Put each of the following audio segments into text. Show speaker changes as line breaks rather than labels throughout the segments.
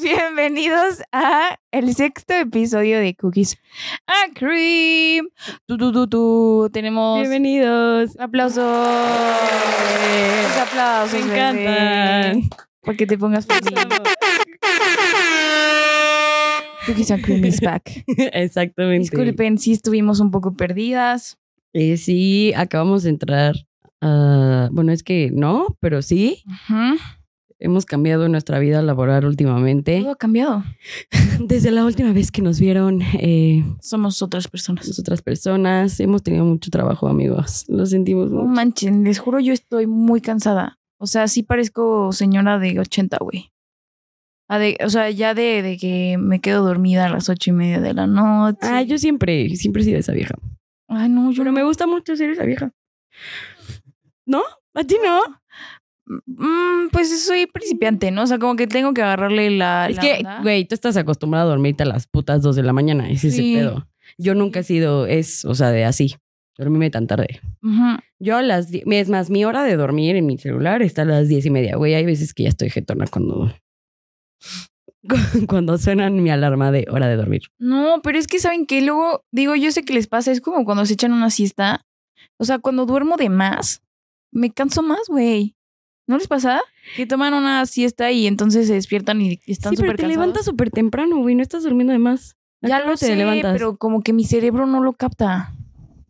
Bienvenidos a el sexto episodio de Cookies and Cream. Tu, tu, tu, tu. Tenemos
Bienvenidos.
un aplauso. Un aplauso.
Me encantan.
Porque te pongas feliz. Cookies and Cream is back.
Exactamente.
Disculpen si estuvimos un poco perdidas.
Eh, sí, acabamos de entrar. a- bueno, es que no, pero sí.
Ujú.
Hemos cambiado nuestra vida laboral últimamente.
Todo ha cambiado.
Desde la última vez que nos vieron eh,
Somos otras personas.
otras personas, hemos tenido mucho trabajo, amigos. Lo sentimos
No
mucho.
manchen, les juro yo estoy muy cansada. O sea, sí parezco señora de 80, güey. Ah, de- o sea, ya de, de que me quedo dormida a las ocho y media de la noche.
Ah, yo siempre, siempre he sido esa vieja.
Ay, no, yo
Pero
no me...
me gusta mucho ser esa vieja. ¿No? ¿A ti no?
Mm, pues soy principiante, ¿no? O sea, como que tengo que agarrarle la...
Es
la
que,
onda.
güey, tú estás acostumbrada a dormirte a las putas dos de la mañana. Es ese
Sí.
pedo. Yo
Sí.
nunca he sido, es, o sea, de así. Dormirme tan tarde.
Ujú.
Yo a las die- es más, mi hora de dormir en mi celular está a las diez y media. Güey, hay veces que ya estoy jetona cuando, cu- cuando suenan mi alarma de hora de dormir.
No, pero es que saben que luego, digo, yo sé que les pasa, es como cuando se echan una siesta. O sea, cuando duermo de más, me canso más, güey. ¿No les pasa? Que toman una siesta y entonces se despiertan y están
sí, pero
súper
te
cansados.
levantas súper temprano, güey. No estás durmiendo de más. ¿A
Ya
qué hora
lo
te
sé,
levantas?
pero como que mi cerebro no lo capta.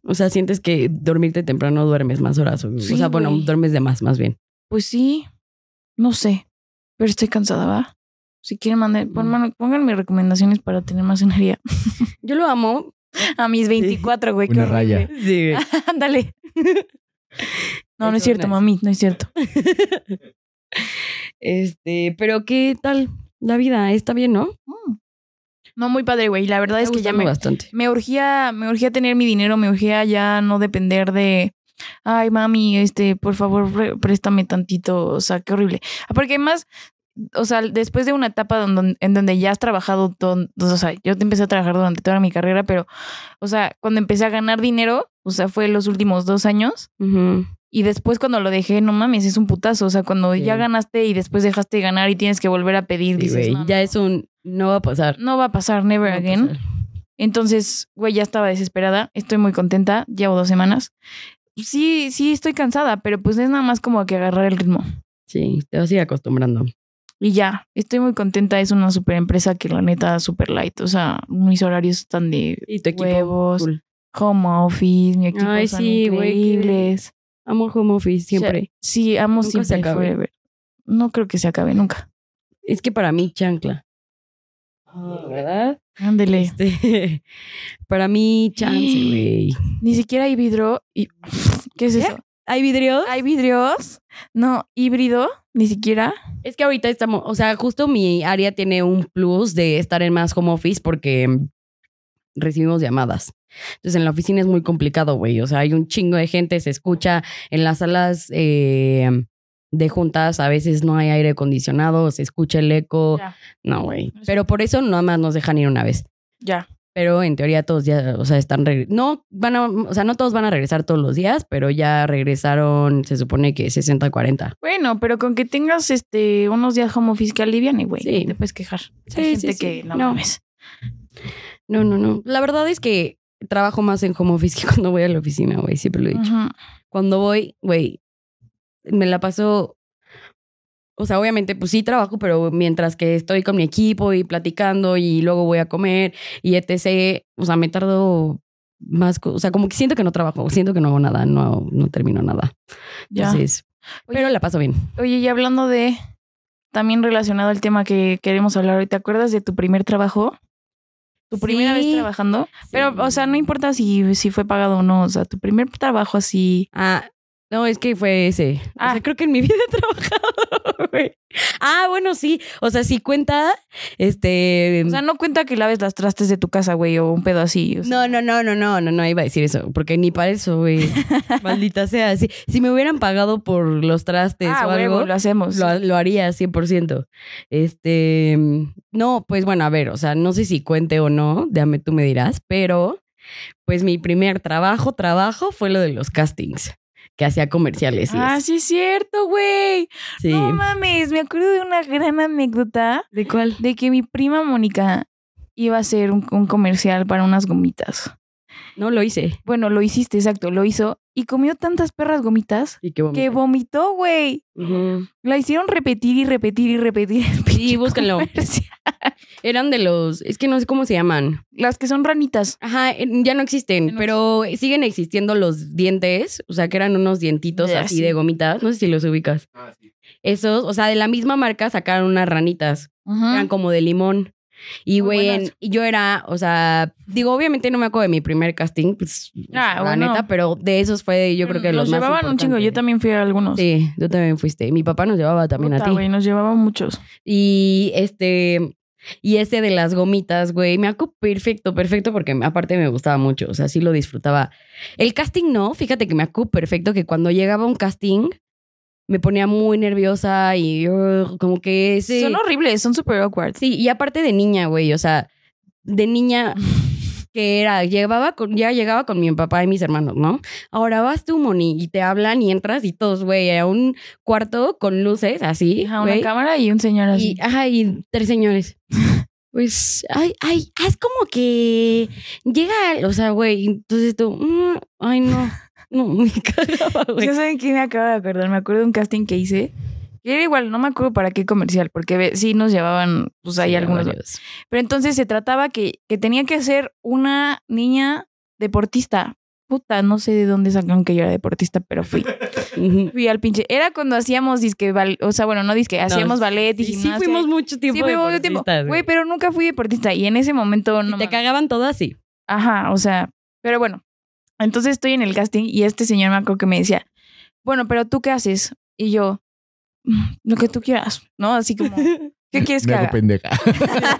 O sea, sientes que dormirte temprano duermes más horas. O, o
Sí,
sea, bueno,
güey.
duermes de más, más bien.
Pues sí, no sé, pero estoy cansada, ¿va? Si quieren mandar, pongan, pónganme recomendaciones para tener más energía.
Yo lo amo.
A mis 24, güey. qué
Una
horrible.
raya.
Sí, güey.
Ándale. No, no es
Eso,
cierto,
nice.
mami, no es cierto.
Este, pero ¿qué tal la vida? Está bien, ¿no?
Mm. No, muy padre, güey. La verdad Ah, es
Está
que ya
gustando
me,
bastante.
me urgía, me urgía tener mi dinero, me urgía ya no depender de, ay, mami, este, por favor, pre- préstame tantito, o sea, qué horrible. Ah, Porque además, o sea, después de una etapa donde, en donde ya has trabajado, ton- o sea, yo te empecé a trabajar durante toda mi carrera, pero, o sea, cuando empecé a ganar dinero, o sea, fue los últimos dos años.
Ujú.
Y después cuando lo dejé, no mames, es un putazo. O sea, cuando
Sí.
ya ganaste y después dejaste de ganar y tienes que volver a pedir,
Sí,
dices,
güey,
"No, no,
ya es un no va a pasar.
no va a pasar, never
No va a
again.
pasar.
Entonces, güey, ya estaba desesperada. Estoy muy contenta. Llevo dos semanas. Sí, sí, estoy cansada, pero pues es nada más como que agarrar el ritmo.
Sí, te vas a ir acostumbrando.
Y ya, estoy muy contenta. Es una super empresa que la neta, super light. O sea, mis horarios están de
Y tu equipo.
huevos,
cool.
home office, mi equipo
Ay,
son
sí, güey, qué-
increíbles.
Amo home office siempre.
Sí, amo
Nunca se
siempre
acabe.
forever. No creo que se acabe nunca.
Es que para mí, chancla. ¿Verdad?
Ándele.
Este, para mí, chance, güey.
Ni siquiera hay vidrio y... ¿Qué es
Pues, ¿Qué?
eso?
¿Hay vidrios?
¿Hay vidrios? No, híbrido, ni siquiera.
Es que ahorita estamos, o sea, justo mi área tiene un plus de estar en más home office porque mm, recibimos llamadas. Entonces en la oficina es muy complicado, güey. O sea, hay un chingo de gente, se escucha en las salas eh, de juntas, a veces no hay aire acondicionado, se escucha el eco.
Ya.
No, güey. Pero por eso nada más nos dejan ir una vez.
Ya.
Pero en teoría todos ya, o sea, están regre- no van a, o sea, no todos van a regresar todos los días, pero ya regresaron, se supone que 60 40.
Bueno, pero con que tengas este unos días home office que alivian y güey,
Sí.
no te puedes quejar.
Sí,
Hay
sí,
gente
sí.
que no,
No.
mames.
No, no, no. La verdad es que trabajo más en home office que cuando voy a la oficina, güey. Siempre lo he dicho.
Ujú.
Cuando voy, güey, me la paso. O sea, obviamente, pues sí trabajo, pero mientras que estoy con mi equipo y platicando y luego voy a comer y etc. O sea, me tardo más. co- O sea, como que siento que no trabajo, siento que no hago nada, no, no termino nada.
Ya.
Entonces,
Oye.
pero la paso bien.
Oye, y hablando de también relacionado al tema que queremos hablar hoy, ¿te acuerdas de tu primer trabajo? Tu primera
Sí.
vez trabajando. Pero, o sea, no importa si, si fue pagado o no. O sea, tu primer trabajo así.
Ah, no, es que fue ese. O
Ah.
sea, creo que en mi vida he trabajado, güey. Ah, bueno, sí. O sea, sí cuenta, este...
O sea, no cuenta que laves las trastes de tu casa, güey, o un pedo así. o
no,
sea.
no, no, no, no, no, no iba a decir eso, porque ni para eso, güey. Maldita sea. Si, si me hubieran pagado por los trastes
Ah,
o
huevo,
algo,
lo hacemos.
lo, lo haría 100%. Este, no, pues bueno, a ver, o sea, no sé si cuente o no, déjame tú me dirás, pero pues mi primer trabajo, trabajo fue lo de los castings. que hacía comerciales. Y
ah,
eso.
sí es cierto, güey.
sí.
No mames, me acuerdo de una gran anécdota
¿De cuál?
de que mi prima Mónica iba a hacer un, un comercial para unas gomitas.
No lo hice.
Bueno, lo hiciste, exacto, lo hizo. Y comió tantas perras gomitas
Sí, qué bonito.
que vomitó, güey.
Ujú.
La hicieron repetir y repetir y repetir. el pinche
búsquenlo.
comercial.
Eran de los, es que no sé cómo se llaman.
Las que son ranitas.
Ajá, eh, ya no existen,
Ya no
pero siguen existiendo los dientes, o sea, que eran unos dientitos
Ya,
así
sí.
de gomitas, no sé si los ubicas.
Ah, sí.
Esos, o sea, de la misma marca sacaron unas ranitas, eran como de limón. Y
Ah. Muy
güey,
buenas.
en- y yo era, o sea, digo, obviamente no me acuerdo de mi primer casting, pues,
Ah,
la
bueno.
neta, pero de esos fue yo creo que los,
Los
más
llevaban un chingo, yo
importantes.
también fui a algunos.
Sí, tú también fuiste. Y mi papá nos llevaba también
Puta,
a ti.
güey, nos llevaban muchos.
Y este. Y este de las gomitas, güey, me acuerdo perfecto, perfecto, porque aparte me gustaba mucho, o sea, sí lo disfrutaba. El casting no, fíjate que me acuerdo perfecto que cuando llegaba un casting me ponía muy nerviosa y ugh, como que ese...
Son horribles, son super awkward.
Sí, y aparte de niña, güey, o sea, de niña que era, llevaba con, ya llegaba con mi papá y mis hermanos, ¿no? Ahora vas tú, Moni, y te hablan y entras y todos, güey, a un cuarto con luces así,
Ajá,
güey.
una cámara y un señor así.
Y, ajá, y tres señores. Pues, ay, ay, ah, es como que llega, o sea, güey, entonces tú, mm, ay, no, no, me cagaba, güey.
Ya saben que me acabo de acordar. Me acuerdo de un casting que hice. Y era igual, no me acuerdo para qué comercial, porque ve- sí nos llevaban, pues ahí
Sí,
algunos.
varios.
Pero entonces se trataba que, que tenía que ser una niña deportista. Puta, no sé de dónde sacaron que yo era deportista, pero fui.
Ujú.
Fui al pinche. Era cuando hacíamos disque, bal- o sea, bueno, no disque, hacíamos ballet y
Sí, sí,
gimnasia.
fuimos mucho tiempo.
Sí, fuimos mucho tiempo.
deportistas,
Güey, pero nunca fui deportista y en ese momento
Y te
no. mames.
cagaban todas, sí.
Ajá, o sea, pero bueno. Entonces estoy en el casting y este señor me acuerdo que me decía, bueno, pero tú qué haces? Y yo, "Mm, lo que tú quieras, ¿no? Así como, ¿qué quieres que
Me hago
haga?
pendeja.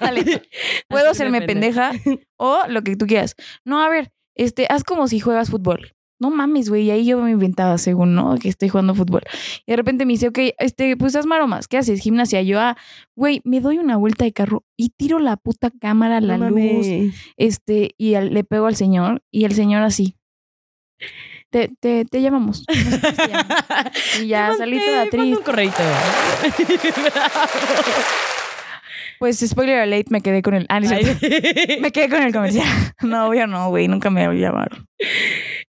Dale. Puedo hacerme
Hacerme
pendeja o lo que tú quieras. No, a ver, este, haz como si juegas fútbol. No mames, güey. Y ahí yo me inventaba, según, ¿no? Que estoy jugando fútbol. Y de repente me dice, ok, este, pues haz maromas. ¿Qué haces? Gimnasia. Yo, ah, güey, me doy una vuelta de carro y tiro la puta cámara, la
No
luz,
mames.
este, y al- le pego al señor, y el señor así. Te, te, te llamamos. No sé qué se llama. Y ya
Te
salí
mandé-
toda
manda
triste.
un correito.
Pues, spoiler alert, me quedé con el. Ah, no es
Ay,
cierto. me quedé con el comercial. No, obvio no, güey. Nunca me llamaron.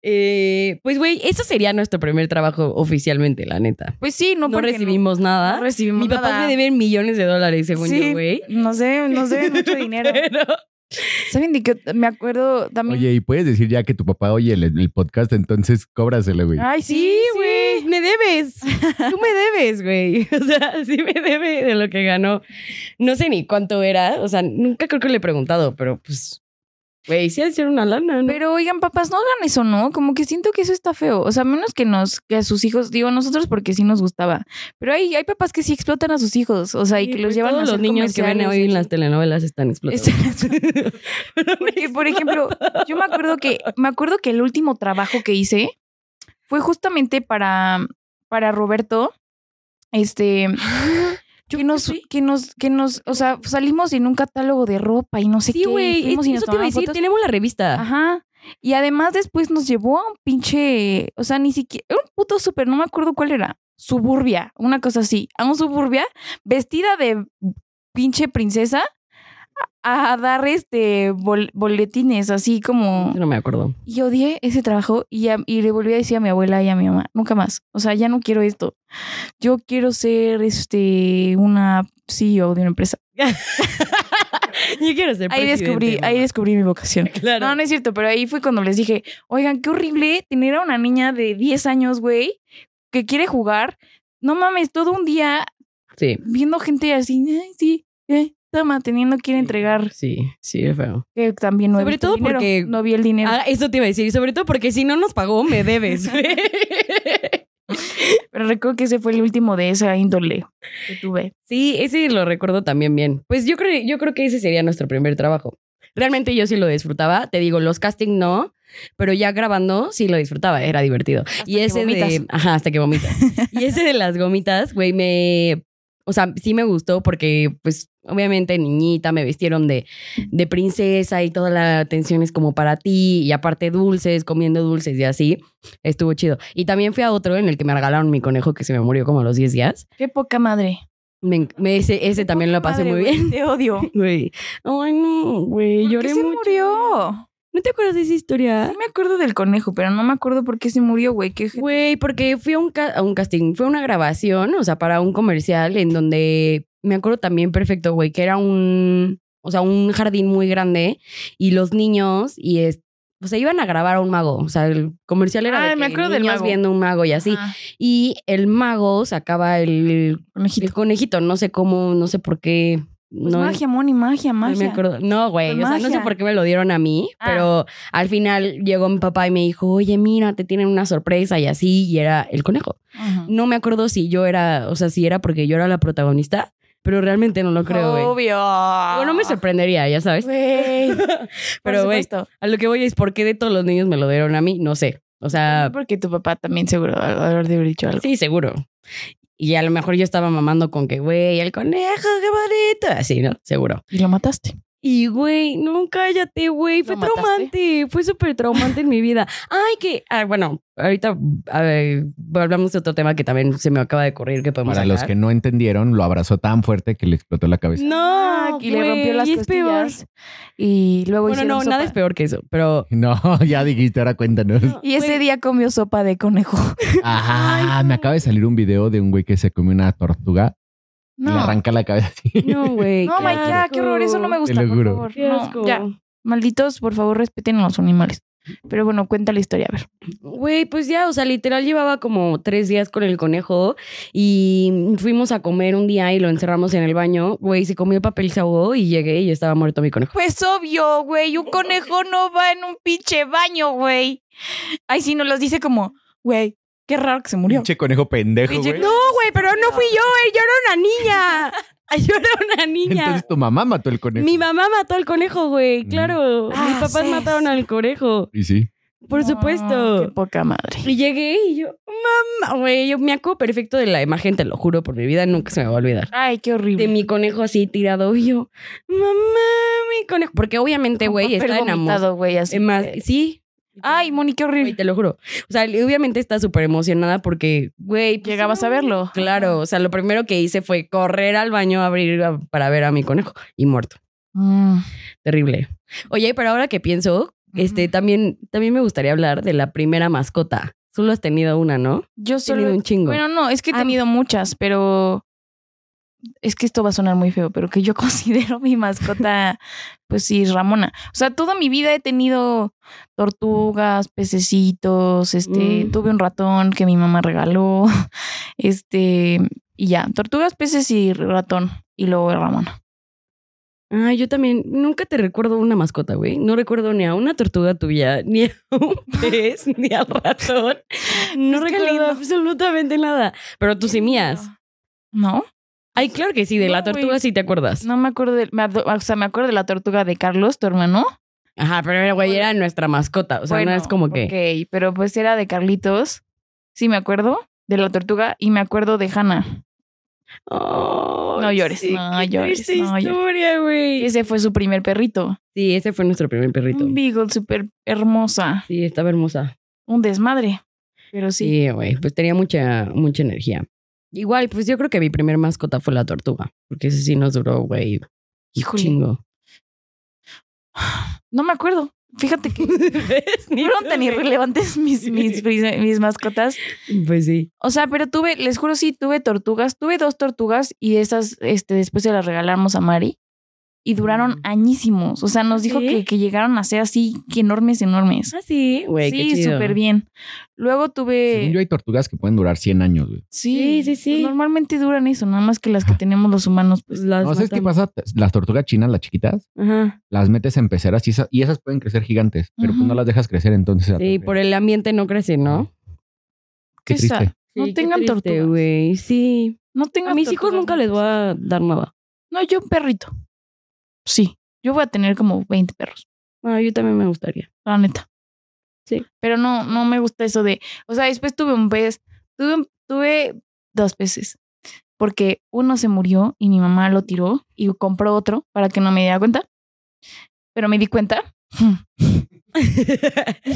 eh, pues, güey, eso sería nuestro primer trabajo oficialmente, la neta.
Pues sí, no,
No,
porque
recibimos nada.
No
Mi
recibimos
papá
nada.
me debe millones de dólares, según
Sí,
yo, güey.
Nos deben, nos deben mucho dinero.
Pero-
¿Saben de qué? Me acuerdo también.
Oye, y puedes decir ya que tu papá oye el, el podcast, entonces cóbraselo,
Ah,
güey.
Ay, sí, güey.
Me debes. Tú me debes, güey. O sea, sí me debe de lo que ganó. No sé ni cuánto era. O sea, nunca creo que le he preguntado, pero pues, güey, sí ha de ser una lana, ¿no?
Pero oigan, papás, no hagan eso, ¿no? Como que siento que eso está feo. O sea, menos que nos, que a sus hijos, digo nosotros porque sí nos gustaba. Pero hay, hay papás que sí explotan a sus hijos. O sea, y
Sí,
que
pues,
los llevan a
todos
hacer
los niños que ven
comerciales
hoy
y
en las
así.
telenovelas están explotados.
Porque, por ejemplo, yo me acuerdo que, me acuerdo que el último trabajo que hice fue justamente para, para Roberto. Este. Que nos, que nos, que nos, o sea, salimos en un catálogo de ropa y no sé
Sí,
qué.
güey.
fuimos y nos
Eso te iba a
tomamos
decir,
fotos.
tenemos la revista.
Ajá. Y además después nos llevó a un pinche, o sea, ni siquiera, era un puto súper, no me acuerdo cuál era, suburbia, una cosa así, a un suburbia vestida de pinche princesa a, a dar este bol- boletines, así como...
No me acuerdo.
Y odié ese trabajo y, ya- y le volví a decir a mi abuela y a mi mamá, nunca más, o sea, ya no quiero esto, yo quiero ser este, una CEO de una empresa.
Yo quiero ser
Ahí descubrí, ahí descubrí mi vocación.
Claro.
No, no es cierto, pero ahí fue cuando les dije, oigan, qué horrible tener a una niña de 10 años, güey, que quiere jugar. No mames, todo un día
Sí.
viendo gente así, "Ay, sí, eh, toma, teniendo que ir a entregar,
Sí, sí, es feo.
que también no he
Sobre
visto el
todo
dinero,
porque-
no vi el dinero.
Ah, eso te iba a decir. Y sobre todo porque si no nos pagó, me debes. güey.
Pero recuerdo que ese fue el último de esa índole que tuve.
sí, ese lo recuerdo también bien. Pues yo creo, yo creo que ese sería nuestro primer trabajo. Realmente yo sí lo disfrutaba. Te digo, los casting no, pero ya grabando sí lo disfrutaba. Era divertido. y
que
ese de...
vomitas.
Ajá, hasta que vomitas. y ese de las gomitas, güey, me... o sea, sí me gustó porque, pues, obviamente niñita, me vistieron de, de princesa y toda la atención es como para ti. Y aparte dulces, comiendo dulces y así. Estuvo chido. Y también fui a otro en el que me regalaron mi conejo que se me murió como a los 10 días.
Qué poca madre.
Me en- me- ese ese también
Poca
lo pasé
madre,
muy
güey,
bien.
Te odio.
Güey. Ay, no, güey.
¿Por
Lloré
qué se
mucho.
murió?
¿No te acuerdas de esa historia?
Sí me acuerdo del conejo, pero no me acuerdo por qué se murió, güey. Qué ojete.
Güey, porque fui a un, ca- a un casting, fue una grabación, o sea, para un comercial en donde me acuerdo también perfecto, güey, que era un, o sea, un jardín muy grande y los niños y es, o sea, iban a grabar a un mago, o sea, el comercial era
Ah,
de
me
que
acuerdo del
niños
mago.
viendo un mago y así
Ah,
y el mago sacaba el,
conejito.
el conejito, no sé cómo, no sé por qué,
Pues
no
magia, Moni, magia,
no
magia.
me acuerdo. No, güey.
Pues
o sea, no sé
magia.
por qué me lo dieron a mí,
Ah.
pero al final llegó mi papá y me dijo, oye, mira, te tienen una sorpresa y así, y era el conejo.
Ajá.
No me acuerdo si yo era, o sea, si era porque yo era la protagonista, pero realmente no lo creo, güey.
Obvio.
Bueno, me sorprendería, ya sabes.
Güey.
Pero, güey, a lo que voy es, ¿por qué de todos los niños me lo dieron a mí? No sé. O sea,
ah, Porque tu papá también seguro ha de haber dicho algo.
sí, seguro. Y a lo mejor yo estaba mamando con que, güey, el conejo, qué bonito. Así, ¿no? Seguro.
Y lo mataste.
Y, güey, no, cállate, güey. Fue
¿Lo mataste?
traumante. Fue súper traumante en mi vida. Ay, que. ah, bueno, ahorita a ver, hablamos de otro tema que también se me acaba de ocurrir que podemos
Para los
hablar.
que no entendieron, lo abrazó tan fuerte que le explotó la cabeza.
No,
Ah, y le rompió
güey,
las
y es peor.
costillas. Y luego
Bueno,
hicieron
no, nada es
sopa.
peor que eso, pero.
No, ya dijiste, ahora cuéntanos.
Y ese día comió sopa de conejo.
Ah,
Ay,
me
no.
acaba de salir un video de un güey que se comió una tortuga y le
No.
arranca la cabeza así.
No, güey.
No,
qué
my God,
asco.
qué horror. Eso no me gusta,
lo
por
juro.
favor.
Qué
No,
asco.
ya. Malditos, por favor, respeten a los animales. Pero bueno, cuenta la historia, a ver.
Güey, pues ya, o sea, literal llevaba como tres días con el conejo y fuimos a comer un día y lo encerramos en el baño. Güey, se comió papel y se ahogó y llegué y estaba muerto mi conejo.
Pues obvio, güey. Un conejo no va en un pinche baño, güey. Ay, sí, nos los dice como, güey, qué raro que se murió.
Pinche conejo pendejo,
Pinche-
güey.
No,
güey, pero no fui yo, eh, yo era una niña. Ay, Yo era una niña.
Entonces tu mamá mató el conejo.
Mi mamá mató al conejo, güey,
Mm.
claro.
Ah,
Mis papás
sí.
mataron al conejo,
Y sí.
por
No, Ah, Qué
supuesto.
poca madre.
Y llegué y yo, mamá, güey, yo me acuerdo perfecto de la imagen, te lo juro por mi vida, nunca se me va a olvidar.
Ay, qué
De
horrible.
mi conejo así tirado, y yo, mamá, mi conejo. Porque obviamente,
Con
güey,
papel
está enamorado.
vomitado, güey, así.
Sí.
Ay, Moni, qué
Güey,
horrible.
te lo juro. O sea, obviamente está súper emocionada porque, güey. pues,
Llegabas
no,
a verlo.
Claro, o sea, lo primero que hice fue correr al baño a abrir a- para ver a mi conejo y muerto.
Mm.
Terrible. Oye, pero ahora que pienso, este,
Ujú.
también, también me gustaría hablar de la primera mascota. Solo has tenido una, ¿no?
Yo
Has tenido
solo.
un chingo.
Bueno, no, es que he
Ah.
tenido muchas, pero. Es que esto va a sonar muy feo, pero que yo considero mi mascota, pues sí, Ramona. O sea, toda mi vida he tenido tortugas, pececitos, este,
Mm.
tuve un ratón que mi mamá regaló, este, y ya, tortugas, peces y ratón, y luego Ramona.
Ah, yo también. Nunca te recuerdo una mascota, güey. No recuerdo ni a una tortuga tuya, ni a un pez, ni al ratón. No
Pues qué
recuerdo
lindo.
absolutamente nada. Pero tú sí mías.
¿No?
Ay, claro que sí, de la
No, güey.
tortuga sí te acuerdas.
No me acuerdo, de, me ado- o sea, me acuerdo de la tortuga de Carlos, tu hermano.
Ajá, pero güey, era nuestra mascota. O sea, no es como que.
Ok, pero pues era de Carlitos. Sí, me acuerdo. De la tortuga y me acuerdo de Hannah.
Ay,
No llores,
sí,
no
qué
llores,
triste
no llores.
historia, güey.
Ese fue su primer perrito.
Sí, ese fue nuestro primer perrito.
Un beagle súper hermosa.
Sí, estaba hermosa.
Un desmadre. Pero sí.
Sí, güey. Pues tenía mucha, mucha energía. Igual, pues yo creo que mi primer mascota fue la tortuga. Porque ese sí nos duró, güey.
Híjole.
Chingo.
No me acuerdo. Fíjate que
¿Ves? Ni
fueron
tú,
tan
güey.
irrelevantes mis, mis, mis, mis mascotas.
Pues sí.
O sea, pero tuve, les juro, sí, tuve tortugas. Tuve dos tortugas y esas este, después se las regalamos a Mari. Y duraron
Mm.
añísimos. O sea, nos dijo
¿Sí?
que, que llegaron a ser así, que enormes, enormes.
Ah, sí. Güey, qué
sí,
chido.
súper bien. Luego tuve.
Según yo hay tortugas que pueden durar 100 años, güey.
sí,
Sí, sí, sí. Ah.
Normalmente duran eso, nada más que las que tenemos los humanos. Pues,
Pues las
No, ¿sabes qué
matamos.
pasa? Las tortugas chinas, las chiquitas,
Ajá.
las metes en peceras y esas, y esas pueden crecer gigantes, pero pues
Ujú.
no las dejas crecer, entonces... se
Sí,
atrofian.
por el ambiente no crece, ¿no?
Qué
¿Qué sa-
triste.
No
Sí, qué
tengan
triste,
tortugas.
güey. Sí.
no tengo
A mis hijos nunca les voy a dar nada.
No, yo un perrito. Sí. Yo voy a tener como 20 perros,
No, yo también me gustaría.
la neta.
Sí.
Pero no, no me gusta eso de. O sea, después tuve un pez. Tuve, un- tuve dos peces. porque uno se murió y mi mamá lo tiró y compró otro para que no me diera cuenta. Pero me di cuenta.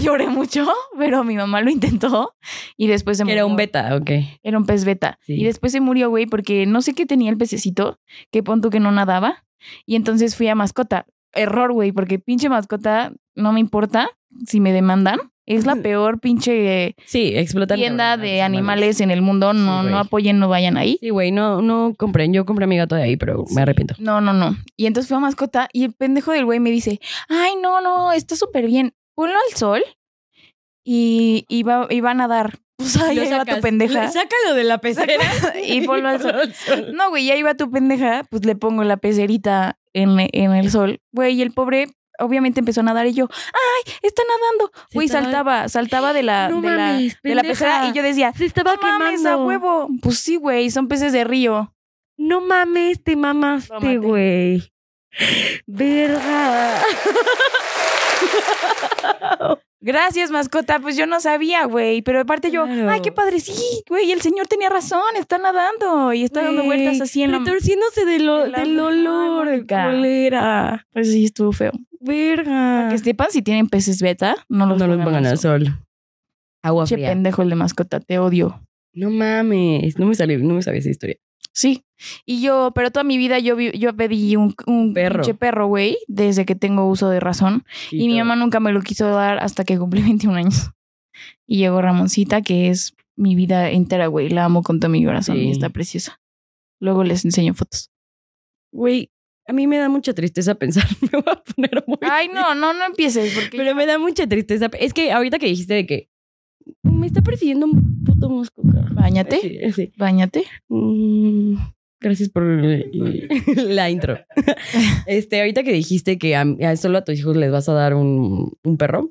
Lloré mucho, pero mi mamá lo intentó y después se murió.
Era un beta, ok.
Era un pez beta.
Sí.
Y después se murió, güey, porque no sé qué tenía el pececito, que pon tú que no nadaba. Y entonces fui a mascota. Error, güey, porque pinche mascota no me importa si me demandan. Es la peor pinche
Sí, explotar.
tienda de animales en el mundo. No,
güey.
no apoyen, no vayan ahí.
Sí, güey, no, no compren. Yo compré a mi gato de ahí, pero me arrepiento.
No, no, no. Y entonces fui a mascota y el pendejo del güey me dice, ay, no, no, está súper bien. Ponlo al sol y, y, va, y va a nadar. Pues ahí
Lo
ahí va tu
sacas.
pendeja.
Sácalo de la pecera.
y ponlo al sol.
al sol.
No, güey, ahí va tu pendeja, pues le pongo la pecerita en, en el sol. Güey, y el pobre obviamente empezó a nadar y yo, ¡ay! Está nadando.
Se
Güey,
estaba-
saltaba, saltaba de la,
No
de, la-
mames,
de la pecera
pendeja.
y yo decía,
Se estaba
¡no mames, a
quemando.
huevo! Pues sí, güey, son peces de río.
No mames, te
Lo
mamaste,
maté.
güey. Verga.
Gracias, mascota, pues yo no sabía, güey. Pero aparte yo,
Claro.
¡ay, qué padre! Sí, güey, el señor tenía razón, está nadando y está dando
Güey,
vueltas así en la...
Retorciéndose del, o-
en la-
del olor,
Verga.
colera.
Pues sí, estuvo feo.
Verga.
Que sepan si tienen peces beta, no los
No los pongan al sol. Agua
Che,
fría.
pendejo el de mascota, te odio.
No mames. No me salió, no me sabía esa historia.
Sí. Y yo, pero toda mi vida yo, vi- yo pedí un, un
Perro.
pinche perro, güey, desde que tengo uso de razón. Y, mi
todo.
mamá nunca me lo quiso dar hasta que cumplí 21 años. Y llegó Ramoncita, que es mi vida entera, güey. La amo con todo mi corazón
Sí.
y está preciosa. Luego les enseño fotos.
Güey, a mí me da mucha tristeza pensar. Me voy a poner muy.
Ay, no, no, no empieces, porque
Pero me da mucha tristeza. Es que ahorita que dijiste de que. Me está persiguiendo un puto mosco, cabrón.
Báñate.
Sí, sí.
bañate.
Mm, Gracias por el- la intro. Este, ahorita que dijiste que a, a- solo a tus hijos les vas a dar un, un perro,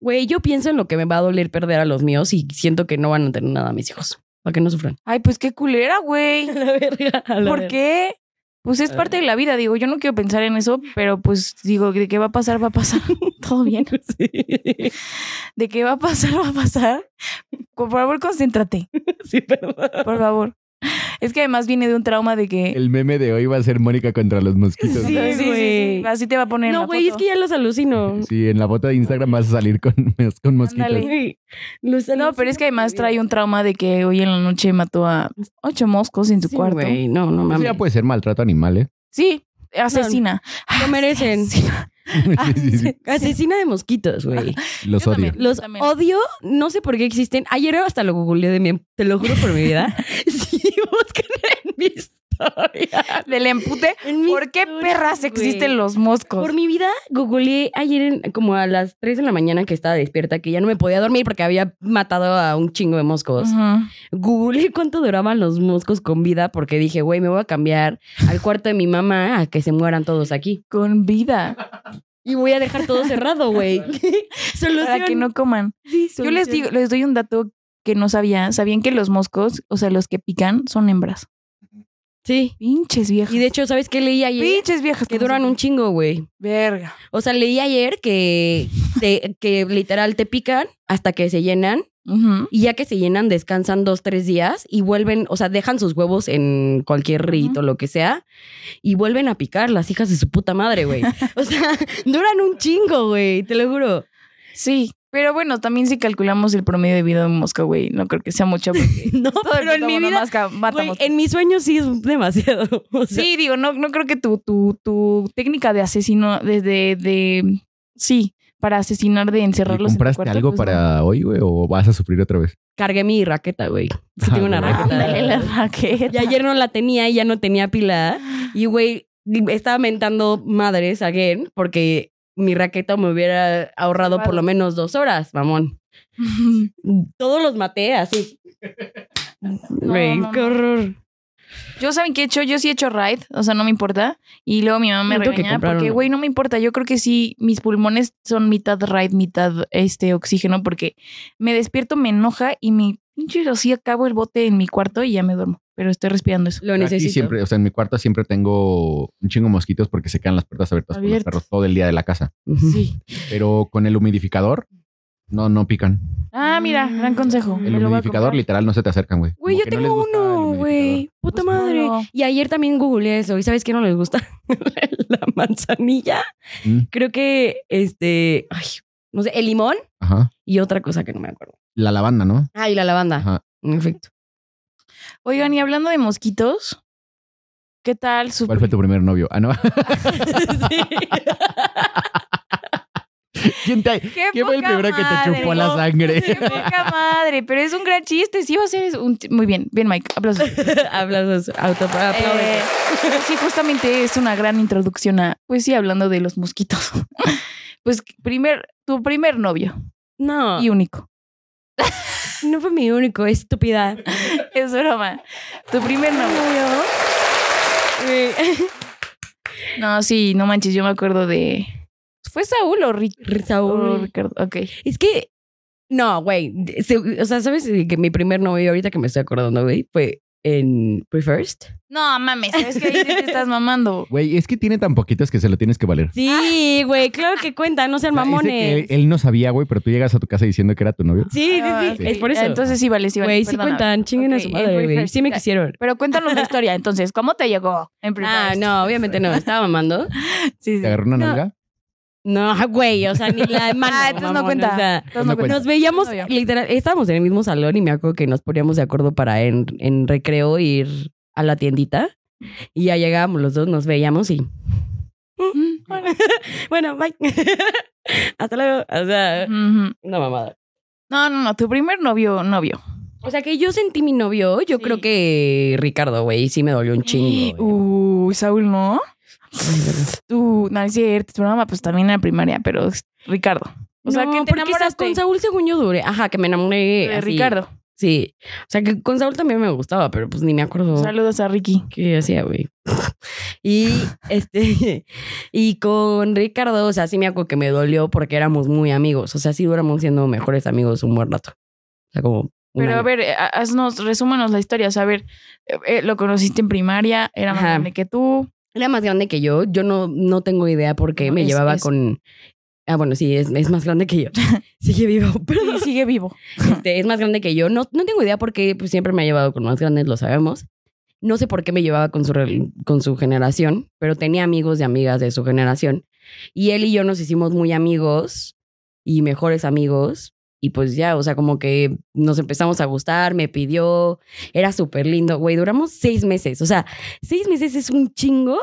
güey, yo pienso en lo que me va a doler perder a los míos y siento que no van a tener nada mis hijos. Para que no sufran.
Ay, pues qué culera, güey.
A la verga. a la
¿Por
verga.
qué? Pues es
A
parte
ver.
de la vida, digo, yo no quiero pensar en eso, pero pues digo, de qué va a pasar, va a pasar. Todo bien.
Sí,
de qué va a pasar, va a pasar. Por favor, concéntrate,
sí, perdón.
por favor. Es que además viene de un trauma de que...
El meme de hoy va a ser Mónica contra los mosquitos.
Sí,
Entonces,
güey.
Así te va a poner en
No,
la
güey, es
foto.
que ya los alucino.
Sí, en la bota de Instagram vas a salir con, con mosquitos.
Ándale.
Güey, los
No, pero es que además trae un
trabajo
trauma de que hoy en la noche mató a ocho moscos en su cuarto.
Güey, no, no
Eso
mames.
ya puede ser maltrato animal, ¿eh?
Sí, asesina.
Lo merecen.
Asesina.
Ah,
Sí, sí, sí.
Asesina de mosquitos, güey.
Los
Yo
odio.
también.
Los
También.
odio, no sé por qué existen. Ayer hasta lo googleé de mi, te lo juro por mi vida. sí, busquen en mi historia.
Del empute.
En mi
¿Por qué
historia,
perras
güey.
existen los moscos?
Por mi vida, googleé ayer en- como a las 3 de la mañana que estaba despierta, que ya no me podía dormir porque había matado a un chingo de moscos.
Ujú.
Googleé cuánto duraban los moscos con vida porque dije, güey, me voy a cambiar al cuarto de mi mamá a que se mueran todos aquí.
Con vida.
Y voy a dejar todo cerrado, güey. Solución.
Para que no coman.
Sí,
Yo les
solución.
digo, les doy un dato que no sabía. Sabían que los moscos, o sea, los que pican, son hembras.
Sí.
Pinches viejas.
Y de hecho, ¿sabes qué leí ayer?
Pinches viejas.
Que duran un chingo, güey.
Verga.
O sea, leí ayer que, te- que literal te pican hasta que se llenan y ya que se llenan descansan dos, tres días y vuelven, o sea, dejan sus huevos en cualquier rito, lo que sea, y vuelven a picar las hijas de su puta madre, güey. O sea, duran un chingo, güey, te lo juro.
Sí. Pero bueno, también si calculamos el promedio de vida de un mosca, güey, no creo que sea mucho. Porque
No,
todo el
pero en
puto
mi
mundo
vida,
masca- mata
güey,
moscas.
en mis sueños sí es demasiado. O sea,
Sí, digo, no, no creo que tu, tu, tu técnica de asesino, desde de, de- sí, para asesinar de
¿Le
encerrarlos. en tu
compraste
cuarto,
algo
pues,
para hoy, güey? ¿O vas a sufrir otra vez?
Cargué mi raqueta, güey. Sí,
Ah,
tengo una
güey.
no. Ándale la
raqueta.
Ah.
Y
raqueta.
ayer no la tenía y ya no tenía pila. Y güey, estaba mentando madres again porque mi raqueta me hubiera ahorrado por lo menos dos horas, mamón. Todos los maté así. Güey,
no,
qué
no.
horror.
Yo saben qué he hecho, yo sí he hecho ride, o sea, no me importa. Y luego mi mamá me
No tengo que
regaña
comprar
porque,
uno.
güey, no me importa. Yo creo que sí, mis pulmones son mitad ride, mitad este oxígeno, porque me despierto, me enoja y mi pinche así acabo el bote en mi cuarto y ya me duermo. Pero estoy respirando eso.
Lo
Aquí
necesito.
Ah, siempre, o sea, en mi cuarto siempre tengo un chingo de mosquitos porque se quedan las puertas abiertas por los
Abiertas.
perros todo el día de la casa.
Ujú.
Sí.
Pero con el humidificador No, no pican.
Ah, mira, gran consejo.
Mm. El
Me lo voy a
humidificador
comprar.
literal no se te acercan, güey.
Güey, yo
Como que no les
tengo
gusta el
uno, güey.
humidificador.
Puta
Pues
madre.
claro.
Y ayer también googleé eso. ¿Y sabes qué no les gusta? la manzanilla.
Mm,
Creo que, este, ay, no sé, el limón
ajá.
y otra cosa que no me acuerdo.
La lavanda, ¿no?
Ah, y la lavanda.
Ajá.
En efecto.
Oigan, y hablando de mosquitos, ¿qué tal su
¿Cuál fue tu primer novio? Ah, no.
Sí.
¿Quién te- ¿Qué fue el
poca
primero que te chupó
madre,
la
no.
sangre?
Qué poca madre, pero es un gran chiste. Sí, va a ser es un. Muy bien, bien, Mike. Aplausos.
Aplausos. Auto, aplausos.
Eh, sí, justamente es una gran introducción a. Pues sí, hablando de los mosquitos. Pues primer, tu primer novio
no,
y único.
no fue mi único, estúpida.
Es broma. Tu primer novio.
Eh,
No, sí, no manches, yo me acuerdo de. ¿Fue Saúl o Rick? o
Saúl.
Ricardo? Ok.
Es que, no, güey. se- O sea, ¿sabes que mi primer novio, ahorita que me estoy acordando, güey, fue en Prefirst?
No, mames, ¿sabes qué dices? Te estás mamando.
Güey, es que tiene tan poquitos que se lo tienes que valer.
Sí, güey, claro que cuenta, no sean
O sea, ese que él,
mamones.
él no sabía, güey, pero tú llegas a tu casa diciendo que era tu novio.
Sí, sí,
Ah,
sí. Es por eso.
Entonces sí vale, sí vale.
Güey, sí
perdóname.
cuentan, chinguen
Ok,
a su
en
madre, güey.
Prefirst.
Sí me quisieron.
Pero cuéntanos la historia, entonces, ¿cómo te llegó? En
Ah,
primer
no, obviamente no. Estaba mamando.
Sí, sí.
¿Te agarró una
No.
nalga?
No, güey, o sea, ni la mano.
Ah, entonces no
mamón,
cuenta.
o sea,
Entonces no
No cuenta.
cuenta.
nos veíamos,
Novio.
literal, estábamos en el mismo salón y me acuerdo que nos poníamos de acuerdo para en, en recreo ir a la tiendita. Y ya llegábamos los dos, nos veíamos y.
Mm, bueno.
Bueno, bye. Hasta luego. O sea,
Ujú.
una mamada.
No, no, no, tu primer novio, novio.
O sea, que yo sentí mi novio, yo
Sí.
creo que Ricardo, güey, sí uh, me dolió un chingo. güey.
Uy, Saúl, ¿no? Tú, no, es cierto, tu mamá, pues también en la primaria, pero es Ricardo. O sea,
No,
que te
porque esas
enamoraste
con Saúl según yo duré. Ajá, que me enamoré.
de
así.
Ricardo.
Sí. O sea, que con Saúl también me gustaba, pero pues ni me acuerdo
Saludos a Ricky.
qué hacía, güey. Y este y con Ricardo, o sea, sí me acuerdo que me dolió porque éramos muy amigos, o sea, sí duramos siendo mejores amigos un buen rato. O sea, como un
Pero a
año.
ver, eh, haznos, resúmanos la historia. O sea, a ver, eh, eh, lo conociste en primaria, era más
Ajá.
grande que tú.
era más grande que yo, yo no no tengo idea por qué
No,
me
es-
llevaba
es-
con Ah, bueno, sí, es, es más grande que yo. Sigue vivo, pero
Y sigue vivo.
Este, es más grande que yo. No, no tengo idea por qué pues, siempre me ha llevado con más grandes, lo sabemos. No sé por qué me llevaba con su, rel- con su generación, pero tenía amigos y amigas de su generación. Y él y yo nos hicimos muy amigos y mejores amigos. Y pues ya, o sea, como que nos empezamos a gustar, me pidió, era súper lindo, güey, duramos seis meses, o sea, seis meses es un chingo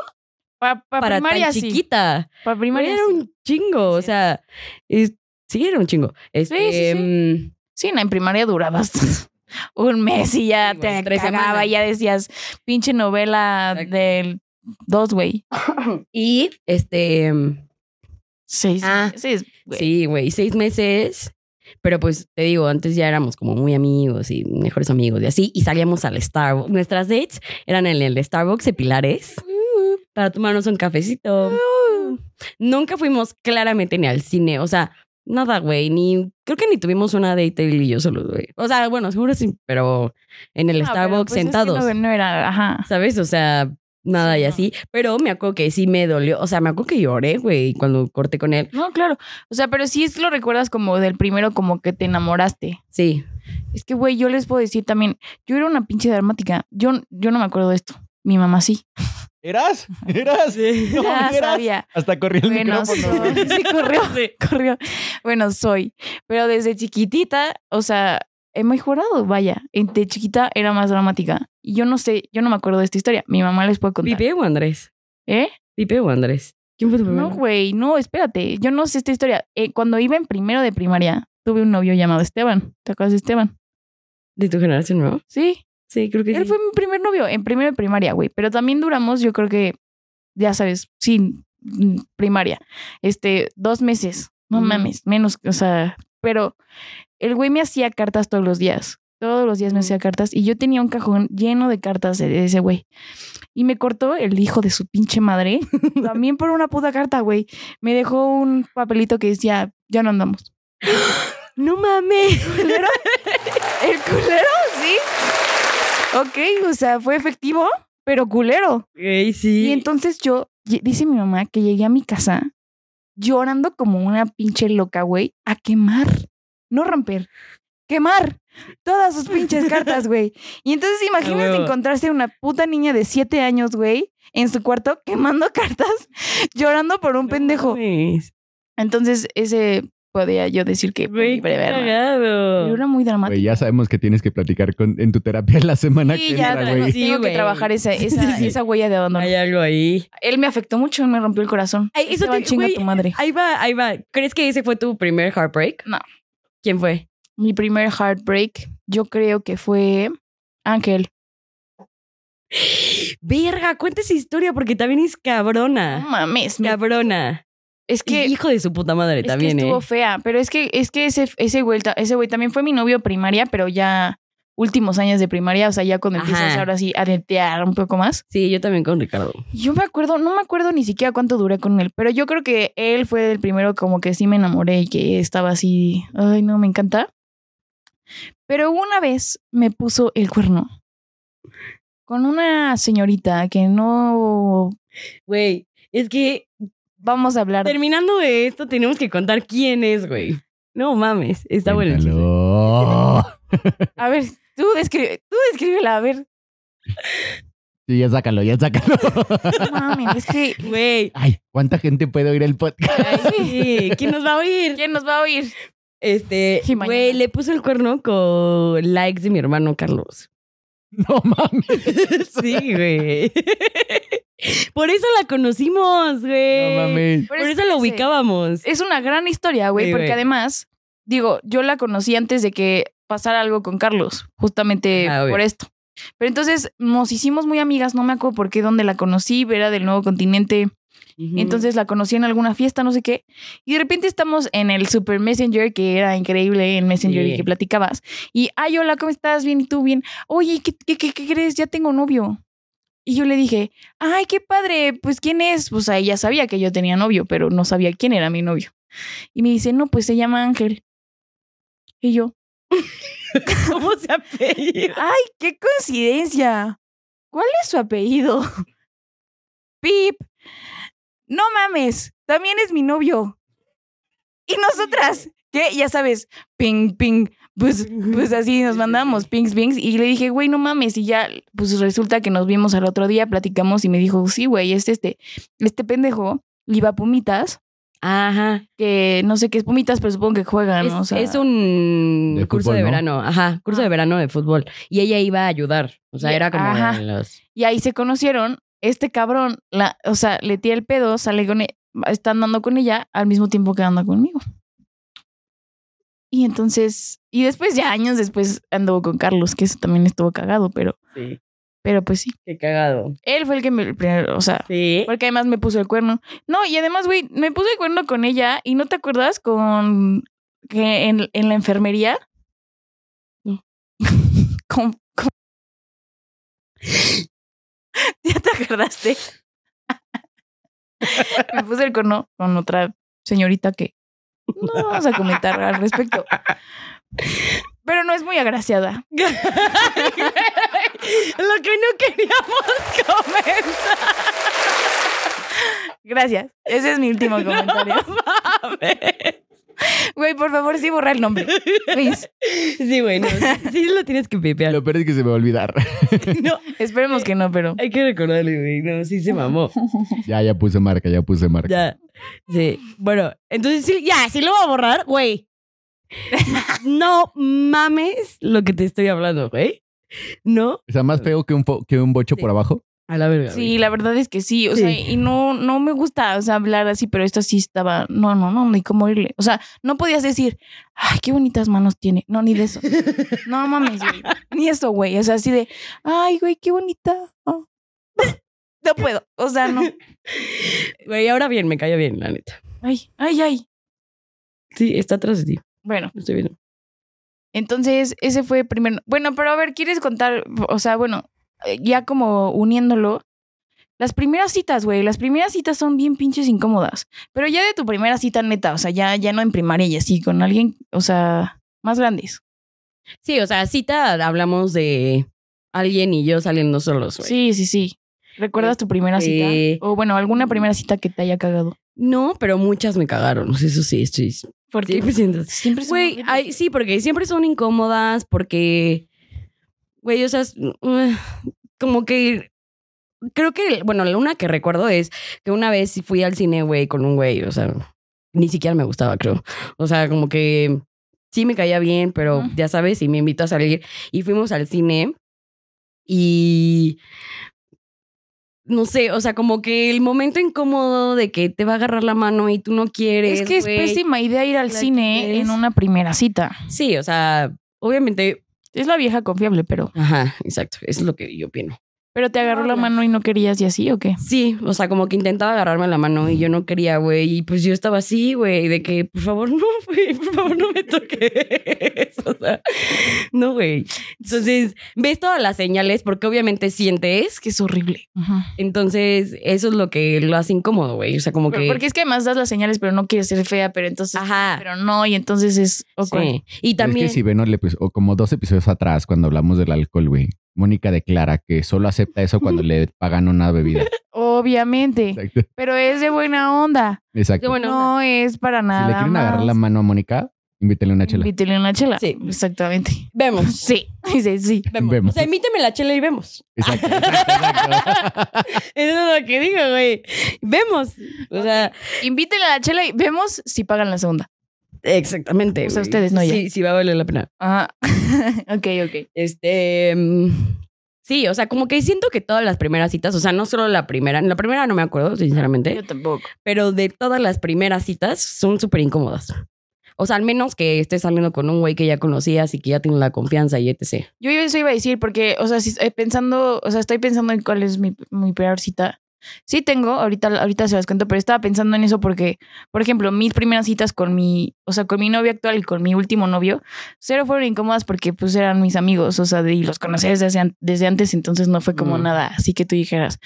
Pa- pa
para
primaria
tan
sí.
chiquita.
Para primaria
era
sí.
un chingo, o
Sí.
sea, es- sí, era un chingo. Este,
sí, sí.
mm,
Sí, no, en primaria durabas un mes y ya
Sí, güey,
te
tres
cagaba
semanas.
y ya decías, pinche novela
Exacto.
del dos, güey.
Y este,
Seis.
Ah.
meses, güey.
sí, güey, seis meses. Pero pues te digo, antes ya éramos como muy amigos y mejores amigos y así. Y salíamos al Starbucks. Nuestras dates eran en el Starbucks de Pilares
Uh.
para tomarnos un cafecito. Nunca fuimos claramente ni al cine. O sea, nada, güey. Ni creo que ni tuvimos una date él y yo solo, güey. O sea, bueno, seguro sí, pero en el
No, pero,
Starbucks
pues, es que
sentados.
no- no era, ajá.
¿sabes? O sea, nada
Sí,
y
no.
así. Pero me acuerdo que sí me dolió. O sea, me acuerdo que lloré, güey, cuando corté con él.
No, claro. O sea, pero sí es lo recuerdas como del primero, como que te enamoraste.
Sí.
Es que, güey, yo les puedo decir también, yo era una pinche dramática. Yo, yo no me acuerdo de esto. Mi mamá sí.
¿Eras? ¿Eras? No,
ya
¿eras?
sabía.
Hasta corrió el
Bueno,
micrófono. güey.
soy. Sí, corrió, corrió. Bueno, soy. Pero desde chiquitita, o sea, he mejorado, vaya. De chiquita era más dramática. Y yo no sé, yo no me acuerdo de esta historia. Mi mamá les puede contar.
¿Pipe o Andrés?
¿Eh?
¿Pipe o Andrés? ¿Quién fue tu
No,
primero?
güey, no, espérate. Yo no sé esta historia. Eh, cuando iba en primero de primaria, tuve un novio llamado Esteban. ¿Te acuerdas de Esteban?
¿De tu generación, no?
Sí,
Sí, creo que
él
sí.
fue mi primer novio en primero de primaria, güey. Pero también duramos, yo creo que, ya sabes, sin mm, primaria. Este, dos meses. No
Mm.
mames, menos, o sea, pero el güey me hacía cartas todos los días. Todos los días me
Mm.
hacía cartas y yo tenía un cajón lleno de cartas de de ese güey. Y me cortó el hijo de su pinche madre. También por una puta carta, güey. Me dejó un papelito que decía, ya no andamos.
¡No mames!
¿El culero? Sí. Ok, o sea, fue efectivo, pero culero.
Güey, sí.
Y entonces yo, lle- dice mi mamá, que llegué a mi casa llorando como una pinche loca, güey, a quemar no romper, quemar todas sus pinches cartas, güey. Y entonces imagínate
huevo.
encontrarse una puta niña de siete años, güey, en su cuarto quemando cartas, llorando por un pendejo.
Mames.
Entonces ese podía yo decir que fue mi
Güey, qué
breve arma.
cagado.
Pero era muy
Güey,
dramático.
ya sabemos que tienes que platicar con, en tu terapia la semana
Sí,
que
ya
entra,
tengo,
güey.
Sí,
tengo que
güey.
trabajar esa, esa,
Sí.
esa huella de abandono.
Hay algo ahí.
Él me afectó mucho, me rompió el corazón.
Ay, eso
Esteban,
te-
chinga
güey,
tu madre.
Ahí va, ahí va. ¿Crees que ese fue tu primer heartbreak?
No.
¿Quién fue?
Mi primer heartbreak, yo creo que fue Ángel.
Verga, cuenta esa historia porque también es
No
cabrona.
mames, me-
Cabrona.
es que
Hijo de su puta madre
es que
también,
estuvo
¿eh?
fea, pero es que es que ese ese güey, ta- ese güey también fue mi novio primaria, pero ya últimos años de primaria, o sea, ya cuando
Ajá.
empiezas ahora sí a netear un poco más.
Sí, yo también con Ricardo.
Yo me acuerdo, no me acuerdo ni siquiera cuánto duré con él, pero yo creo que él fue el primero como que sí me enamoré y que estaba así, ay no, me encanta. Pero una vez me puso el cuerno con una señorita que no
Güey, es que
vamos a hablar.
terminando de esto tenemos que contar quién es, güey. No mames, está bueno. el chisme.
Cuéntalo.
A ver, tú describe, tú descríbela, a ver.
Sí, ya sácalo, ya sácalo.
No mames, es que
Güey.
Ay, ¿cuánta gente puede oír el podcast?
Sí, ¿quién nos va a oír?
¿quién nos va a oír?
Este,
Sí, mañana.
güey, le puso el cuerno con likes de mi hermano Carlos.
No mames.
Sí, güey. Por eso la conocimos, güey.
No
Pero
mames.
Por
es
eso
que
la
ese-
ubicábamos.
Es una gran historia, güey,
Sí,
porque
güey.
además, digo, yo la conocí antes de que pasara algo con Carlos, justamente
Ah, obvio.
por esto. Pero entonces nos hicimos muy amigas, no me acuerdo por qué, dónde la conocí, era del nuevo continente. Entonces la conocí en alguna fiesta, no sé qué. Y de repente estamos en el Super Messenger, que era increíble en Messenger y
Sí.
que platicabas. Y, ay, hola, ¿cómo estás? Bien, ¿y tú? Bien. Oye, ¿qué, qué, qué- qué crees? Ya tengo novio. Y yo le dije, ay, qué padre, pues ¿quién es? Pues ahí ya sabía que yo tenía novio, pero no sabía quién era mi novio. Y me dice, no, pues se llama Ángel. Y yo,
¿Cómo se apellida?
ay, qué coincidencia. ¿Cuál es su apellido? Pip. No mames, también es mi novio. Y nosotras, ¿qué? Ya sabes, ping, ping. Pues, pues así nos mandamos, pings, pings. Y le dije, güey, no mames. Y ya, pues resulta que nos vimos al otro día, platicamos y me dijo, sí, güey, es este, este pendejo iba a Pumitas,
Ajá.
que no sé qué es Pumitas, pero supongo que juegan.
Es,
o sea,
es un
De
curso
fútbol,
de
¿no?
verano. Ajá, curso
Ah.
de verano de fútbol. Y ella iba a ayudar. O sea,
Y-
era como
ajá.
de los...
Y ahí se conocieron. Este cabrón, la, o sea, le tira el pedo, sale con e- está andando con ella al mismo tiempo que anda conmigo. Y entonces, y después ya años después anduvo con Carlos, que eso también estuvo cagado, pero,
Sí,
pero pues sí.
qué cagado.
Él fue el que me, el primero, o sea,
Sí.
porque además me puso el cuerno. No, y además, güey, me puso el cuerno con ella y no te acuerdas con que en, en la enfermería.
No.
con, con- ¿Ya te acordaste? me puso el cuerno con otra señorita que no vamos a comentar al respecto. Pero no es muy agraciada.
Lo que no queríamos comentar.
Gracias. Ese es mi último comentario. Güey, por favor, sí borra el nombre. Please.
Sí, bueno. Sí lo tienes que pipear.
Lo peor es que se me va a olvidar.
No,
Esperemos que no, pero.
hay que recordarle, güey. No, sí se mamó.
Ya, ya puse marca, ya puse marca.
Ya. Sí. Bueno, entonces sí, ya, sí lo voy a borrar, güey. No mames lo que te estoy hablando, güey. No.
O sea, más feo que un, fo- que un bocho por abajo.
A la verga.
Sí, la verdad es que sí. O sea,
Sí.
y no, no me gusta o sea, hablar así, pero esta sí estaba. No, no, no, ni cómo irle. O sea, no podías decir, ay, qué bonitas manos tiene. No, ni de eso. No mames, güey. Ni eso, güey. O sea, así de, ay, güey, qué bonita. Ah. No puedo. O sea, no.
Güey, ahora bien, me calla bien, la neta.
Ay, ay, ay.
Sí, está atrás de ti.
Bueno,
Lo estoy viendo.
entonces ese fue primero. Bueno, pero a ver, ¿quieres contar? O sea, bueno, eh, ya como uniéndolo. Las primeras citas, güey, las primeras citas son bien pinches incómodas. Pero ya de tu primera cita neta, o sea, ya, ya no en primaria y así, con alguien, o sea, más grandes.
Sí, o sea, cita hablamos de alguien y yo saliendo solos, güey.
Sí, sí, sí. ¿Recuerdas tu primera
Este-
cita? O bueno, alguna primera cita que te haya cagado.
No, pero muchas me cagaron. Eso sí, estoy
Porque
Sí, pues, entonces,
siempre son
Güey,
horribles.
ay, sí, porque siempre son incómodas, porque. Güey, o sea, es- eh, como que. Creo que, bueno, la una que recuerdo es que una vez sí fui al cine, güey, con un güey, o sea, ni siquiera me gustaba, creo. O sea, como que sí me caía bien, pero
Ujú.
ya sabes, y me invitó a salir. Y fuimos al cine y. No sé, o sea, como que el momento incómodo de que te va a agarrar la mano y tú no quieres.
Es que es
güey.
pésima idea ir al
La
cine
quieres.
en una primera cita.
Sí, o sea, obviamente
Es la vieja confiable, pero.
Ajá, exacto. Es lo que yo opino.
Pero te agarró la
Hablas.
mano y no querías y así, ¿o qué?
Sí, o sea, como que intentaba agarrarme la mano y yo no quería, güey. Y pues yo estaba así, güey, de que, por favor, no, güey, por favor, no me toques. O sea, no, güey. Entonces, ves todas las señales porque obviamente sientes.
Es que es horrible. Ajá.
Entonces, eso es lo que lo hace incómodo, güey. O sea, como
Pero-
que.
Porque es que además das las señales, pero no quieres ser fea, pero entonces.
Ajá.
Pero no, y entonces es. awkward.
sí. Y también.
Es que si ven el episodio, o como dos episodios atrás, cuando hablamos del alcohol, güey, Mónica declara que solo acepta eso cuando le pagan una bebida.
Obviamente.
Exacto.
Pero es de buena onda.
Exacto.
Qué bueno.
No es para
si le
nada.
quieren agarrar
más.
la mano a Mónica, invítele una chela.
Invítele una chela.
Sí.
Exactamente.
Vemos.
Sí. Dice, sí.
Vemos.
Vemos.
O sea, invítame la chela y vemos.
Exacto, exacto, exacto.
Eso es lo que digo, güey. Vemos. O sea,
Invítele a la chela y vemos si pagan la segunda.
Exactamente.
O sea,
güey.
ustedes no, ya.
Sí, sí va a valer la pena.
Ajá. ok, ok.
Este. mm, Sí, o sea, como que siento que todas las primeras citas, o sea, no solo la primera, la primera no me acuerdo, sinceramente,
Yo tampoco.
pero de todas las primeras citas son súper incómodas. O sea, al menos que estés saliendo con un güey que ya conocías y que ya tiene la confianza y etc.
Yo eso iba a decir porque, o sea, si, eh, pensando, o sea, estoy pensando en cuál es mi, mi peor cita. Sí tengo, ahorita, ahorita se las cuento, pero estaba pensando en eso porque, por ejemplo, mis primeras citas con mi, o sea, con mi novio actual y con mi último novio, cero fueron incómodas porque pues eran mis amigos, o sea, de- y los conocía desde, hace an- desde antes, entonces no fue como
Mm.
nada, así que tú dijeras,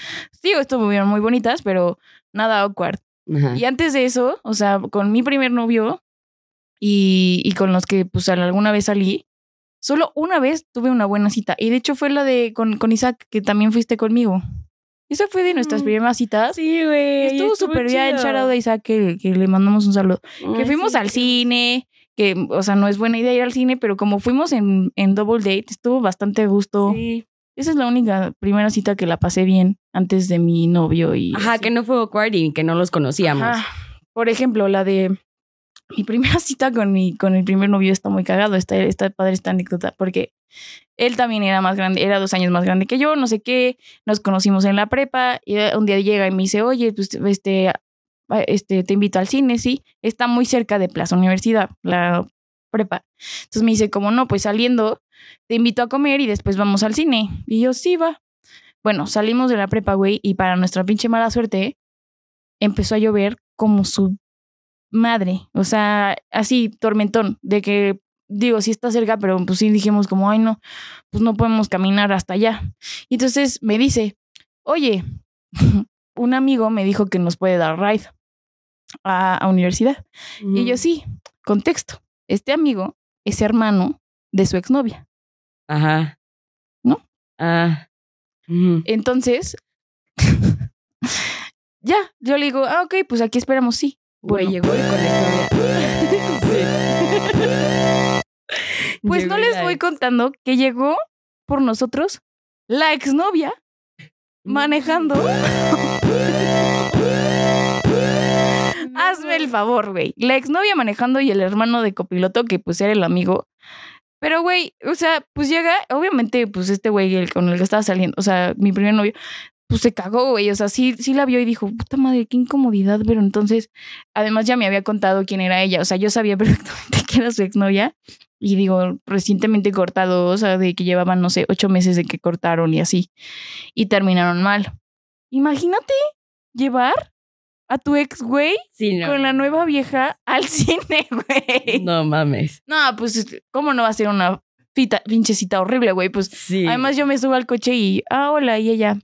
digo, estuvieron muy bonitas, pero nada awkward.
Ajá.
Y antes de eso, o sea, con mi primer novio y, y con los que pues alguna vez salí, solo una vez tuve una buena cita. Y de hecho fue la de con, con Isaac, que también fuiste conmigo. Esa fue de nuestras
Mm.
primeras citas.
Sí, güey.
estuvo súper bien el charado de Isaac, que, que le mandamos un saludo. que fuimos al cine, que, o sea, no es buena idea ir al cine, pero como fuimos en, en Double Date, estuvo bastante a gusto. Esa es la única primera cita que la pasé bien antes de mi novio y...
Ajá,
así.
que no fue awkward y que no los conocíamos.
Ajá. Por ejemplo, la de mi primera cita con mi, con el primer novio está muy cagado, está, está padre esta anécdota, porque él también era más grande, era dos años más grande que yo, no sé qué, nos conocimos en la prepa, y eh, un día llega y me dice, oye, pues este, a- este, te invito al cine, sí, está muy cerca de Plaza Universidad, la prepa. Entonces me dice, como no, pues saliendo, te invito a comer y después vamos al cine. Y yo, sí, va. Bueno, salimos de la prepa, güey, y para nuestra pinche mala suerte, empezó a llover como su madre. O sea, así, tormentón, de que, digo, sí está cerca, pero pues sí dijimos como, ay, no, pues no podemos caminar hasta allá. Y entonces me dice, oye, un amigo me dijo que nos puede dar ride a, a universidad. Y
Mm.
yo, sí, contexto, este amigo es hermano de su exnovia.
Ajá.
¿No?
Ah. Ujú.
Entonces, ya, yo le digo, ah, ok, pues aquí esperamos, sí.
Güey,
Bueno.
llegó y conectó. Sí.
Pues
Llegó
no
y
les
la-
voy contando que llegó por nosotros la exnovia manejando. Hazme el favor, güey. La exnovia manejando y el hermano de copiloto que pues era el amigo. Pero, güey, o sea, pues llega, obviamente, pues este güey el, con el que estaba saliendo, o sea, mi primer novio, pues se cagó, güey. O sea, sí, sí la vio y dijo, puta madre, qué incomodidad. Pero entonces, además ya me había contado quién era ella. O sea, yo sabía perfectamente que era su exnovia. Y digo, recientemente cortado, o sea, de que llevaban, no sé, ocho meses de que cortaron y así. Y terminaron mal. Imagínate llevar a tu ex, güey,
Sí, no.
con la nueva vieja al cine, güey.
No mames.
No, pues, ¿cómo no va a ser una fita, pinche cita horrible, güey? Pues,
Sí.
además yo me subo al coche y, ah, hola, y ella.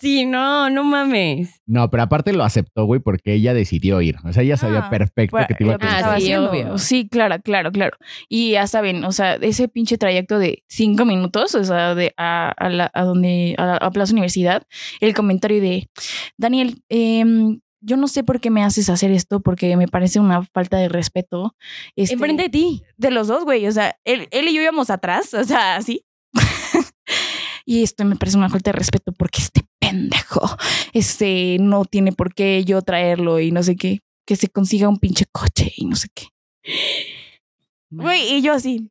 Sí, no, no mames.
No, pero aparte lo aceptó, güey, porque ella decidió ir. O sea, ella sabía
Ah,
perfecto
Bueno,
que te iba a
lo que
Ah,
estaba
contestar.
sí,
haciendo.
obvio.
Sí, claro, claro, claro. Y ya saben, o sea, ese pinche trayecto de cinco minutos, o sea, de a, a la- a donde, a, la- a Plaza Universidad, el comentario de Daniel, em, yo no sé por qué me haces hacer esto, porque me parece una falta de respeto. este,
Enfrente de ti.
de los dos, güey. O sea, él, él y yo íbamos atrás, o sea, así. y esto me parece una falta de respeto porque este pendejo, este, no tiene por qué yo traerlo y no sé qué. Que se consiga un pinche coche y no sé qué. Güey, y yo así.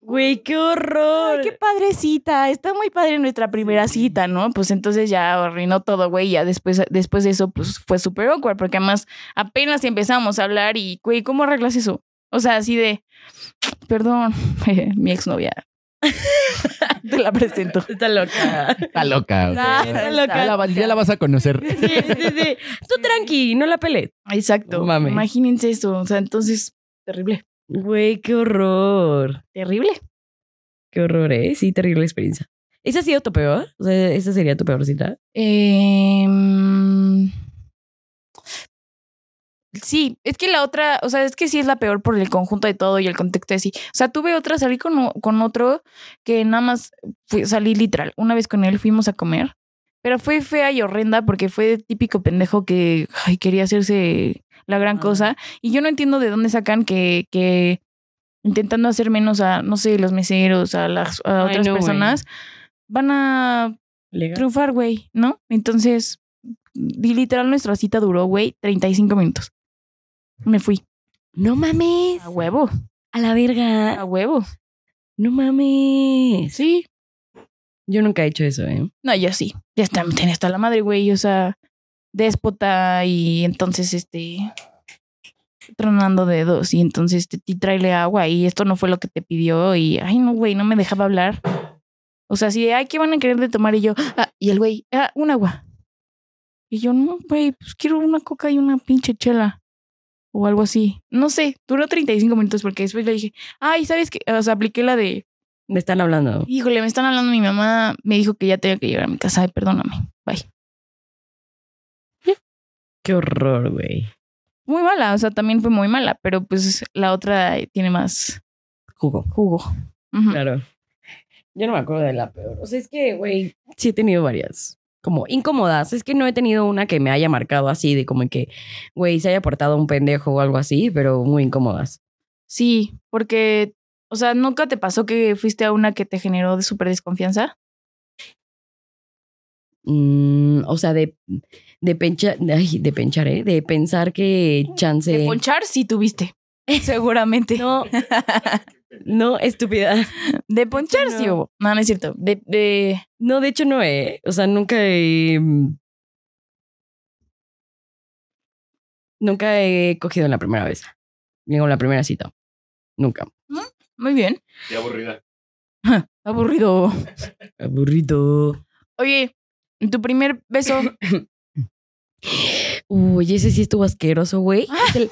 Güey, qué horror.
Ay, qué padrecita. Está muy padre nuestra primera cita, ¿no? Pues entonces ya arruinó todo, güey. Ya después, después de eso, pues fue súper awkward, porque además apenas empezamos a hablar y, güey, ¿cómo arreglas eso? O sea, así de, perdón, mi exnovia. Te la presento.
Está loca.
Está loca. o sea,
Ah,
está loca.
ya, la, va- ya la vas a conocer.
Sí, sí, sí. Tú tranqui, no la pelees.
Exacto.
No mames.
Imagínense eso. O sea, entonces, terrible.
Güey, qué horror.
Terrible.
Qué horror, ¿eh? Sí, terrible experiencia. ¿Esa ha sido tu peor? O sea, ¿esa sería tu peor cita?
Em, sí, es que la otra, o sea, es que sí es la peor por el conjunto de todo y el contexto de sí. O sea, tuve otra, salí con, o- con otro que nada más fui- salí literal. Una vez con él fuimos a comer, pero fue fea y horrenda porque fue de típico pendejo que ay, quería hacerse la gran
Ah.
cosa. Y yo no entiendo de dónde sacan que, que intentando hacer menos a, no sé, los meseros, a las a
Ay,
otras
no, güey.
personas, van a triunfar, güey, ¿no? Entonces, y literal, nuestra cita duró, güey, 35 minutos. Me fui.
No mames.
A huevo,
A la verga.
a huevo.
No mames.
Sí.
Yo nunca he hecho eso, ¿eh?
No, yo sí. Ya está, me tenía hasta la madre, güey. O sea, déspota y entonces, este, tronando dedos y entonces, este, ti tráele agua y esto no fue lo que te pidió y, ay, no, güey, no me dejaba hablar. O sea, así de, ay, ¿qué van a querer de tomar? Y yo, ah, y el güey, ah, un agua. Y yo, no, güey, pues quiero una coca y una pinche chela. O algo así. No sé, duró 35 minutos porque después le dije, ay, ¿sabes qué? O sea, apliqué la de,
Me están hablando.
Híjole, me están hablando. Mi mamá me dijo que ya tenía que llegar a mi casa. Ay, perdóname. Bye.
Qué horror, güey.
Muy mala. O sea, también fue muy mala, pero pues la otra tiene más
Jugo.
jugo. Ujú.
Claro. Mm. Yo no me acuerdo de la peor. O sea, es que, güey, sí he tenido varias. Como incómodas. Es que no he tenido una que me haya marcado así, de como que, güey, se haya portado un pendejo o algo así, pero muy incómodas.
Sí, porque, o sea, ¿nunca te pasó que fuiste a una que te generó de súper desconfianza?
Mm, o sea, de, de penchar, ay, de penchar, ¿eh? De pensar que chance.
De ponchar sí tuviste. Seguramente.
no, no, estúpida.
De ponchar
no.
sí hubo. No, no es cierto. De, de...
No, de hecho no, ¿eh? O sea, nunca he... mm, Nunca he cogido en la primera vez. Digo, en la primera cita. Nunca.
Muy bien.
Qué aburrida.
Aburrido.
Aburrido.
Oye, tu primer beso.
Uy, ese sí estuvo asqueroso, güey. Es el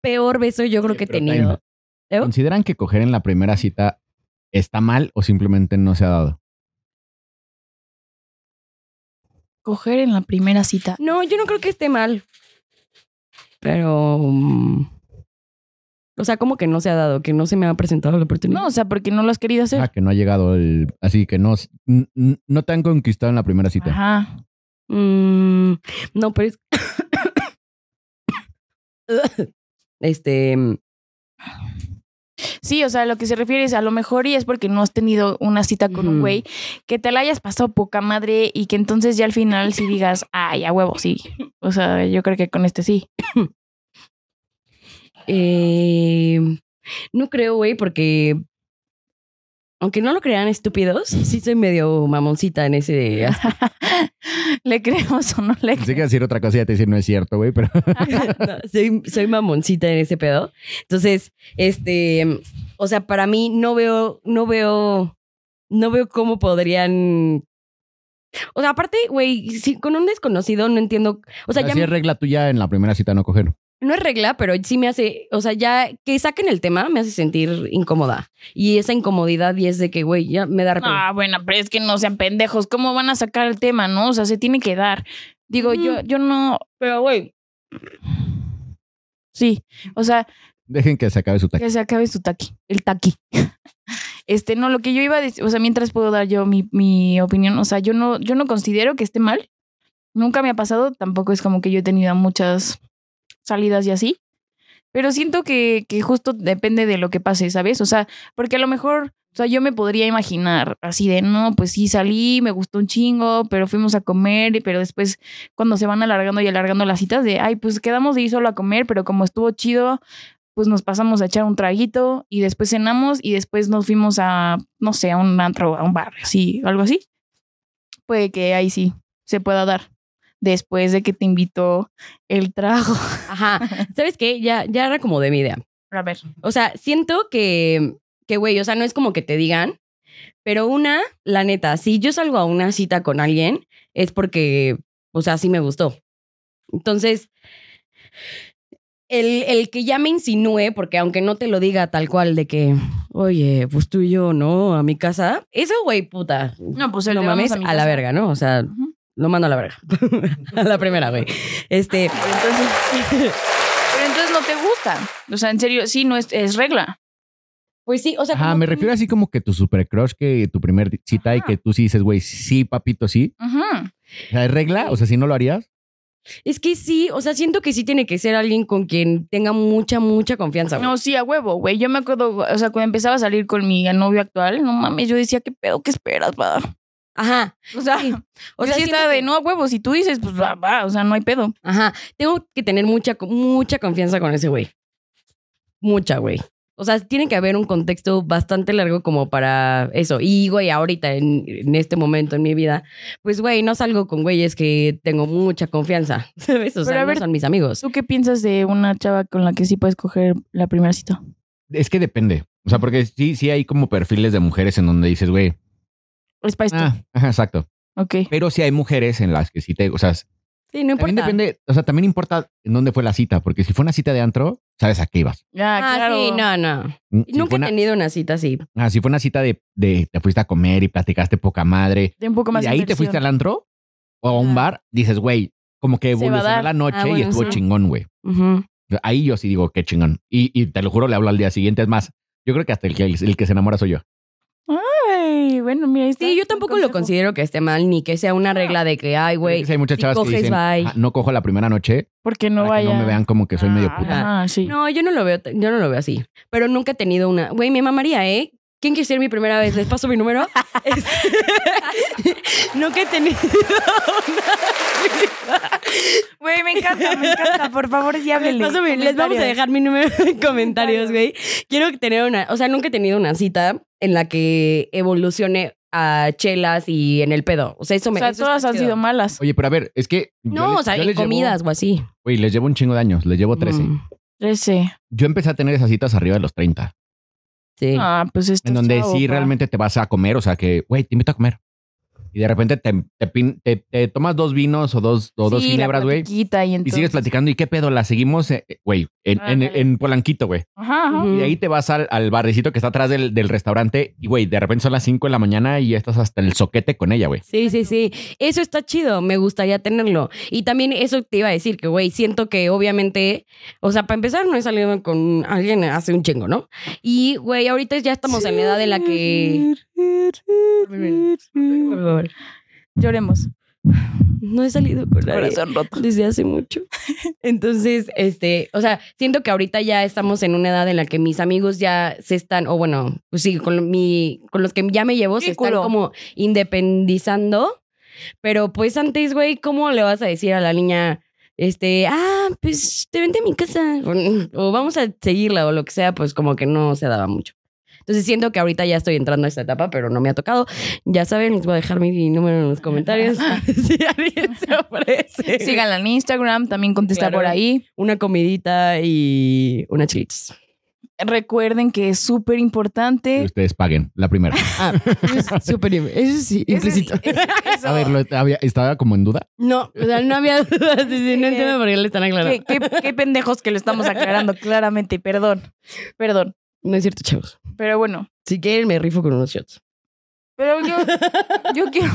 peor beso yo creo
Oye,
que he
pero
tenido. ¿Eh?
¿Consideran que coger en la primera cita está mal o simplemente no se ha dado?
Coger en la primera cita.
No, yo no creo que esté mal. Pero... mm, o sea, como que no se ha dado, que no se me ha presentado la oportunidad.
No, o sea, porque no lo has querido hacer.
Ah, que no ha llegado el... Así que no, n- n- no te han conquistado en la primera cita.
Ajá.
Mm, no, pero es. este.
Sí, o sea, lo que se refiere es a lo mejor y es porque no has tenido una cita con un
Ujú.
güey que te la hayas pasado poca madre y que entonces ya al final sí digas, ay, a huevo, sí. O sea, yo creo que con este sí.
eh, no creo, güey, porque. Aunque no lo crean estúpidos, sí soy medio mamoncita en ese. as-
¿Le creemos o no le
Pensé que iba a
creemos?
decir otra cosa y ya te decir no es cierto, güey, pero
No, soy, soy mamoncita en ese pedo. Entonces, este. O sea, para mí no veo. No veo. No veo cómo podrían. O sea, aparte, güey, si con un desconocido no entiendo. O sea, ya
así
me-
es regla tuya en la primera cita no coger.
no es regla, pero sí me hace, o sea, ya que saquen el tema me hace sentir incómoda. Y esa incomodidad y es de que, güey, ya me da repel-
Ah, bueno, pero es que no sean pendejos. ¿Cómo van a sacar el tema, no? O sea, se tiene que dar. Digo, yo, yo no. Pero, güey. Sí, o sea,
Dejen que se acabe su taxi.
Que se acabe su taqui, el taqui. Este, no, lo que yo iba a decir, o sea, mientras puedo dar yo mi, mi opinión, o sea, yo no, yo no considero que esté mal Nunca me ha pasado, tampoco es como que yo he tenido muchas salidas y así. Pero siento que, que justo depende de lo que pase, ¿sabes? O sea, porque a lo mejor, o sea, yo me podría imaginar así de, no, pues sí salí, me gustó un chingo, pero fuimos a comer, pero después cuando se van alargando y alargando las citas de, ay, pues quedamos de ir solo a comer, pero como estuvo chido, pues nos pasamos a echar un traguito y después cenamos y después nos fuimos a, no sé, a un antro, a un bar, así, algo así. Puede que ahí sí se pueda dar después de que te invitó el trago.
Ajá. ¿Sabes qué? Ya, ya era como de mi idea.
A ver.
O sea, siento que, que, güey, o sea, no es como que te digan, pero una, la neta, si yo salgo a una cita con alguien, es porque, o sea, sí me gustó. Entonces, el, el que ya me insinúe, porque aunque no te lo diga tal cual de que, oye, pues tú y yo, ¿no? A mi casa, eso, güey, puta.
No, pues el
No
de vamos
mames, a,
mi
la
casa.
verga, ¿no? O sea,
Ujú.
lo mando a la verga. a la primera, güey. Este,
Pero entonces, pero entonces no te gusta. O sea, en serio, sí, no es, es regla.
pues sí, o sea.
Ajá,
como
me
que-
refiero así como que tu super crush, que tu primer cita y
Ajá.
que tú sí dices, güey, sí, papito, sí.
Ujú.
O sea, ¿es regla? O sea, si no lo harías.
Es que sí, o sea, siento que sí tiene que ser alguien con quien tenga mucha, mucha confianza. güey.
No, sí, a huevo, güey. Yo me acuerdo, o sea, cuando empezaba a salir con mi novio actual, no mames, yo decía, ¿qué pedo? ¿Qué esperas, pa?
Ajá.
O sea,
Sí.
o sea, sí
siento
está de
que-
no a huevo. Si tú dices, pues va, va, o sea, no hay pedo.
Ajá. Tengo que tener mucha, mucha confianza con ese güey. Mucha, güey. O sea, tiene que haber un contexto bastante largo como para eso. Y, güey, ahorita, en, en este momento en mi vida, pues, güey, no salgo con güeyes que tengo mucha confianza. ¿Sabes? O
Pero a
sea, no
ver-
son mis amigos.
¿Tú qué piensas de una chava con la que sí puedes coger la primera cita?
Es que depende. O sea, porque sí, sí hay como perfiles de mujeres en donde dices,
Pues
güey,
Es para esto.
ah, ajá, exacto.
Ok.
Pero sí hay mujeres en las que sí te, o sea,
Sí, no
también
importa.
depende, o sea, también importa en dónde fue la cita, porque si fue una cita de antro, sabes a qué ibas. Mm,
Ya,
Ah,
claro.
sí, no, no.
Si
Nunca he
fue una,
tenido una cita así.
ah, si fue una cita de, de te fuiste a comer y platicaste poca madre,
De un poco
y
más
de ahí te
inversión.
fuiste al antro o a un
Ajá.
bar, dices, güey, como que
Se va a
evolucionó
dar.
la noche
Ah,
y
bueno,
estuvo
sí.
chingón, güey.
Ujú.
Ahí yo sí digo, qué chingón. Y, y te lo juro, le hablo al día siguiente. Es más, yo creo que hasta el que, el que se enamora soy yo.
Ay, bueno, mira, ahí está.
Sí, yo tampoco lo
Consejo.
considero que esté mal ni que sea una regla de que, ay, güey.
Sí, hay muchas
si
chavas que
coges,
dicen,
bye.
"Ah, no cojo la primera noche
Porque no
para que
vaya.
no me vean como que soy medio
Ah,
puta.
ajá, sí.
No, yo no lo veo, yo no lo veo así. Pero nunca he tenido una. Güey, me mamaría, ¿eh? ¿Quién quiere ser mi primera vez? ¿Les paso mi número? Este, nunca he tenido una.
Güey, me encanta, me encanta. Por favor, sí
Les,
háblele.
paso mi- les vamos a
Comentarios.
dejar mi número en comentarios, güey. Quiero tener una. O sea, nunca he tenido una cita en la que evolucione a chelas y en el pedo. O sea, eso
O
me.
sea,
eso está
todas han
chido.
sido malas.
Oye, pero a ver, es que. yo
No,
le-
o sea,
yo
en
les llevo-
comidas o así.
Oye, les llevo un chingo de años. Les llevo 13.
Mm,
13.
Yo empecé a tener esas citas arriba de los 30.
Sí.
Ah, pues esto.
en
es
donde
chavo,
sí
pa.
realmente te vas a comer, o sea que, güey, te invito a comer. Y de repente te, te pin- te- te tomas dos vinos o dos, o dos
Sí, la
ginebras, güey.
platiquita Y,
Y
entonces-
sigues platicando. ¿Y qué pedo? La seguimos, eh, eh, güey, en, en-
Ándale. Mm.
en Polanquito, güey.
Ajá, ajá.
Ujú.
Y de ahí te vas al, al barrecito que está atrás del, del restaurante. Y, güey, de repente son las 5 de la mañana y ya estás hasta el soquete con ella, güey.
Sí, sí, sí. Eso está chido. Me gustaría tenerlo. Y también eso te iba a decir que, güey, siento que obviamente, o sea, para empezar, no he salido con alguien hace un chingo, ¿no? Y, güey, ahorita ya estamos en la edad de la que.
Lloremos.
No he salido con nadie
Corazón roto.
desde hace mucho. Entonces, este, o sea, siento que ahorita ya estamos en una edad en la que mis amigos ya se están, o bueno, pues sí, con, lo- mi, con los que ya me llevo se están
Círculo.
como independizando. Pero pues antes, güey, ¿cómo le vas a decir a la niña, este, ah, pues te vente a mi casa? O, o vamos a seguirla o lo que sea, pues como que no se daba mucho. Entonces siento que ahorita ya estoy entrando a esta etapa, pero no me ha tocado. Ya saben, les voy a dejar mi número en los comentarios. si alguien se ofrece
Síganla en Instagram, también contesta
Claro.
por ahí.
una comidita y una chilitos.
Recuerden que es súper
Que
importante.
ustedes paguen la primera.
Súper Eso sí,
Ese es- es- eso.
A ver, lo- había- estaba como en duda.
No, o sea, no había dudas. sí, sí, No entiendo por qué le están aclarando.
¿Qué, qué- qué pendejos que lo estamos aclarando claramente. Perdón, perdón.
No es cierto, chavos.
Pero bueno,
Si quieren, me rifo con unos shots.
pero yo, yo quiero,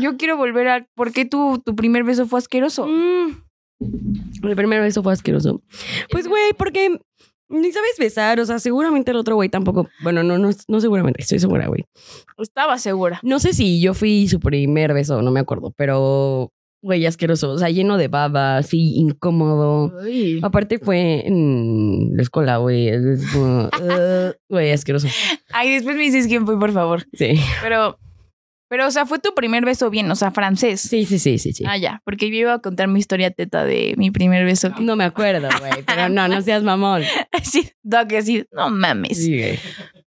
yo quiero volver a. ¿Por qué tu, tu primer beso fue asqueroso?
Mm. El primer beso fue asqueroso. Pues, güey, porque ni sabes besar. O sea, seguramente el otro güey tampoco. Bueno, no, no, no seguramente. Estoy segura, güey.
Estaba segura.
No sé si yo fui su primer beso, no me acuerdo, pero güey, asqueroso. O sea, lleno de baba, así, incómodo.
Ay.
Aparte fue en la escuela, güey. es como, uh, Güey, asqueroso.
Ay, después me dices quién fue, por favor.
Sí.
Pero, pero, o sea, fue tu primer beso bien, o sea, francés.
Sí, sí, sí, sí, sí.
Ah, ya, porque yo iba a contar mi historia teta de mi primer beso.
No me acuerdo, güey. Pero no, no seas mamón.
Así, Doc, así, no mames.
Sí, güey.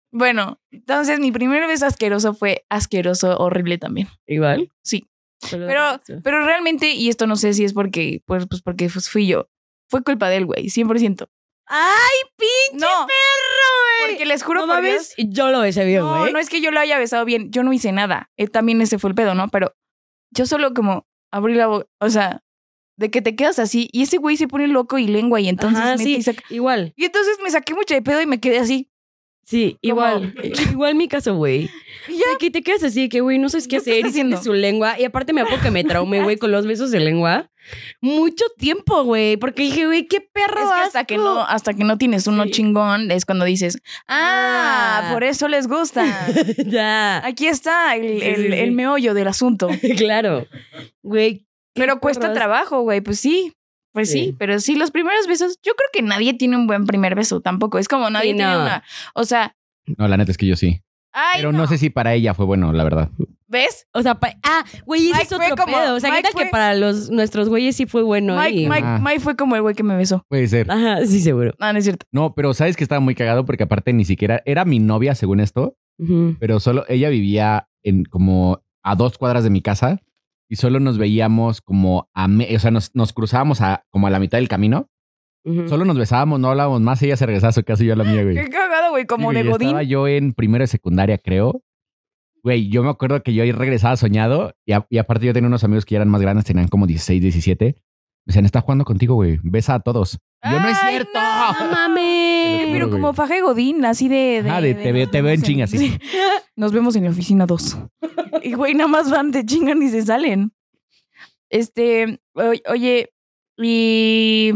Bueno, entonces mi primer beso asqueroso fue asqueroso, horrible también.
Igual.
Sí. Pero, pero realmente, y esto no sé si es porque, pues, pues porque pues, fui yo, fue culpa del güey, 100%.
¡Ay, pinche
No,
perro,
porque les juro
No
por Dios-
mames, yo lo ¿Eh? besé bien,
No,
güey.
no es que yo lo haya besado bien, yo no hice nada. Eh, también ese fue el pedo, ¿no? Pero yo solo como abrí la boca, o sea, de que te quedas así y ese güey se pone loco y lengua y entonces
Ajá,
neta,
sí.
y, saca-
Igual,
y entonces me saqué mucho de pedo y me quedé así.
sí, igual. Igual mi caso, güey.
Y ya,
De que te quedas así, de que, güey, no sabes qué
¿Qué
hacer.
estás
y sientes
haciendo?
su lengua. Y aparte me acuerdo que me traumé, güey, con los besos de lengua. Mucho tiempo, güey. Porque dije, güey, qué perro
es que hasta
asco.
que no, hasta que no tienes uno
Sí.
chingón, es cuando dices, ah,
Ah.
por eso les gusta.
ya.
Aquí está el,
Sí,
el-
sí, sí.
el meollo del asunto.
claro. Güey. qué
Pero cuesta
perro asco.
trabajo, güey, pues sí. Pues sí.
Sí.
pero sí, los primeros besos, yo creo que nadie tiene un buen primer beso tampoco. Es como nadie
Sí,
tiene
no.
una. O sea,
No, la neta es que yo sí.
ay,
Pero no sé si para ella fue bueno, la verdad.
¿Ves?
O sea, pa- ah, güey, ese
Mike
es
fue
otro
como-
pedo. O sea, ¿qué
Mike
tal que
fue-
para los nuestros güeyes sí fue bueno? y-
Mike, Mike,
Ah.
Mike fue como el güey que me besó.
Puede ser.
Ajá, sí, seguro.
Ah, no es cierto.
No, pero sabes que estaba muy cagado porque aparte ni siquiera era mi novia según esto,
Ujú.
pero solo ella vivía en como a dos cuadras de mi casa y solo nos veíamos como a, me- o sea, nos, nos cruzábamos a como a la mitad del camino,
Ujú.
solo nos besábamos, no hablábamos más, ella se regresaba a su casa y yo a la mía, güey.
Qué cagado, güey, como
Sí,
de
güey,
Godín.
Estaba yo en primero de secundaria, creo. Güey, yo me acuerdo que yo ahí regresaba soñado y, a- y aparte yo tenía unos amigos que ya eran más grandes, tenían como 16, 17. Me decían, está jugando contigo, güey. Besa a todos. Y yo, no es
¡Ay,
cierto.
no!
¡No mames!
Eh, Pero
güey.
como faje Godín, así de. de,
Ajá, de- te ve- te veo en chinga, sí.
Sí. Nos vemos en la oficina 2. Y güey, nada más van, te chingan y se salen. Este, o- oye, y.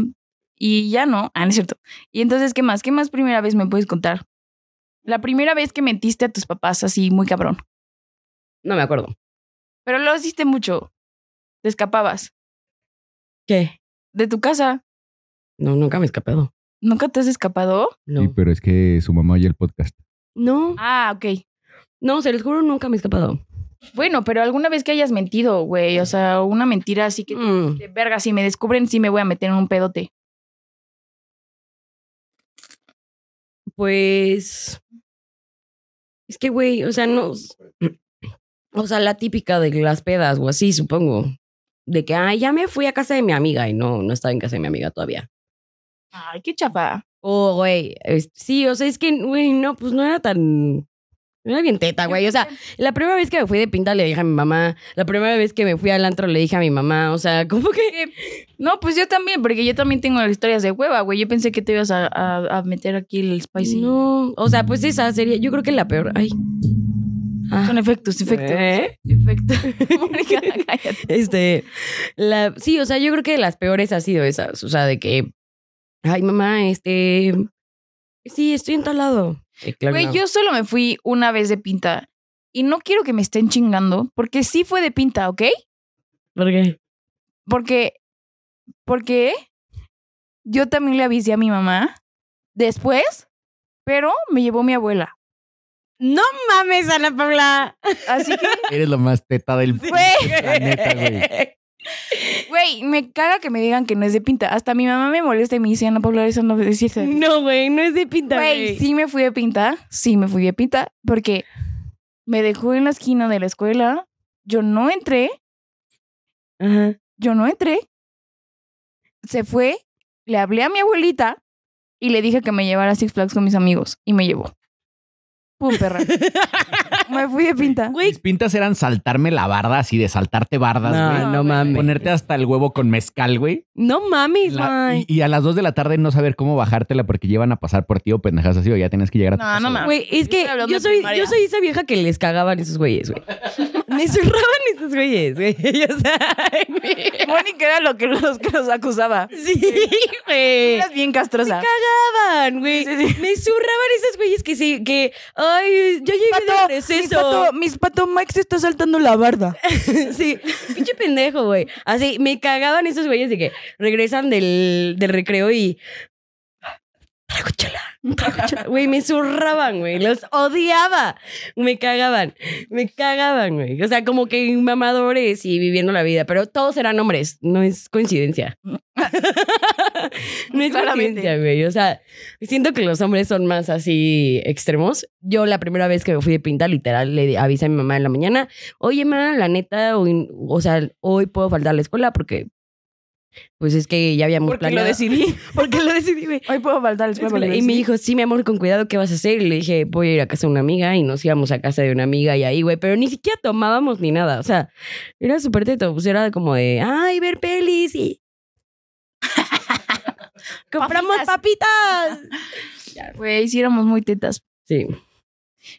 Y ya no. Ah, no es cierto. Y entonces, ¿qué más? ¿Qué más primera vez me puedes contar? La primera vez que mentiste a tus papás así, muy cabrón.
No me acuerdo.
Pero lo hiciste mucho. Te escapabas
¿Qué?
de tu casa.
No, nunca me he escapado.
¿Nunca te has escapado?
No.
Sí, pero es que su mamá oye el podcast.
No,
Ah, ok.
no, se los juro, nunca me he escapado.
Bueno, pero alguna vez que hayas mentido, güey. O sea, una mentira así que.
Mm.
De verga, si me descubren, sí me voy a meter en un pedote.
Pues. Es que, güey, o sea, no. O sea, la típica de las pedas o así, supongo. De que, ah, ya me fui a casa de mi amiga y no, no estaba en casa de mi amiga todavía.
Ay, qué chafa.
Oh, güey. es- Sí, o sea, es que, güey, no, pues no era tan. No era bien teta, Ah, güey. O sea, la primera vez que me fui de pinta le dije a mi mamá. La primera vez que me fui al antro le dije a mi mamá. O sea, ¿cómo que?
No, pues yo también, porque yo también tengo las historias de hueva, güey. Yo pensé que te ibas a, a- a meter aquí el
pues,
spicy.
No. O sea, pues esa sería. Yo creo que la peor. Ay. Ah.
Son efectos, efectos.
¿Eh?
Efectos. Mónica, cállate.
Este, la, sí, o sea, yo creo que de las peores ha sido esas, o sea, de que, ay, mamá, este, sí, estoy en tal lado. Eh, claro
Güey,
que no.
yo solo me fui una vez de pinta. Y no quiero que me estén chingando, porque sí fue de pinta, ¿ok?
¿Por qué?
Porque, porque yo también le avisé a mi mamá después, pero me llevó mi abuela.
No mames, Ana Paula.
Así que
Eres lo más teta del planeta, güey.
Güey, me caga que me digan que no es de pinta. Hasta mi mamá me molesta y me dice, Ana Paula, eso no es cierto.
No, güey, no es de pinta.
Güey, sí me fui de pinta, sí me fui de pinta, porque me dejó en la esquina de la escuela, yo no entré,
Ajá.
yo no entré. Se fue, le hablé a mi abuelita y le dije que me llevara a Six Flags con mis amigos y me llevó. Pum, perra. me fui de pinta.
Mis
Güey,
pintas eran saltarme la barda, así de saltarte bardas,
no,
güey.
no mames.
Ponerte hasta el huevo con mezcal, güey.
No mames,
La-
güey.
y, y a las 2 de la tarde no saber cómo bajártela porque llevan a pasar por ti o pendejas así o ya tienes que llegar a tu
No,
casa,
no
güey.
mames.
Güey, es
Yo estoy
que
hablando
yo
de
soy,
primaria.
yo soy esa vieja que les cagaban esos güeyes, güey. Me zurraban esos güeyes, güey. O sea, güey.
Mónica era lo que los que los acusaba.
Sí, güey.
Eras bien castrosa.
zurraban, güey.
Sí, sí.
Me zurraban esos güeyes que sí, que, ay, yo llegué
Pato,
de receso.
mis pato, mis pato Mike se está saltando la barda.
sí, pinche pendejo, güey. Así, me cagaban esos güeyes de que regresan del, del recreo y. Trago chela, trago chela. Güey, me zurraban, güey. Los odiaba. Me cagaban. Me cagaban, güey. O sea, como que mamadores y viviendo la vida. Pero todos eran hombres. No es coincidencia. no es
Claramente.
coincidencia, güey. O sea, siento que los hombres son más así extremos. Yo la primera vez que me fui de pinta, literal, le avisé a mi mamá en la mañana oye, ma, la neta, hoy- o sea, hoy puedo faltar a la escuela porque, pues es que ya habíamos
Porque lo decidí.
porque lo decidí, güey.
Hoy puedo faltar al
Pues, Y me dijo, sí, mi amor, con cuidado, ¿qué vas a hacer? Y le dije, voy a ir a casa de una amiga y nos íbamos a casa de una amiga y ahí, güey, pero ni siquiera tomábamos ni nada, o sea, era súper teto, pues era como de, ay, ver pelis y... ¡Compramos papitas!
Güey, sí éramos muy tetas.
Sí.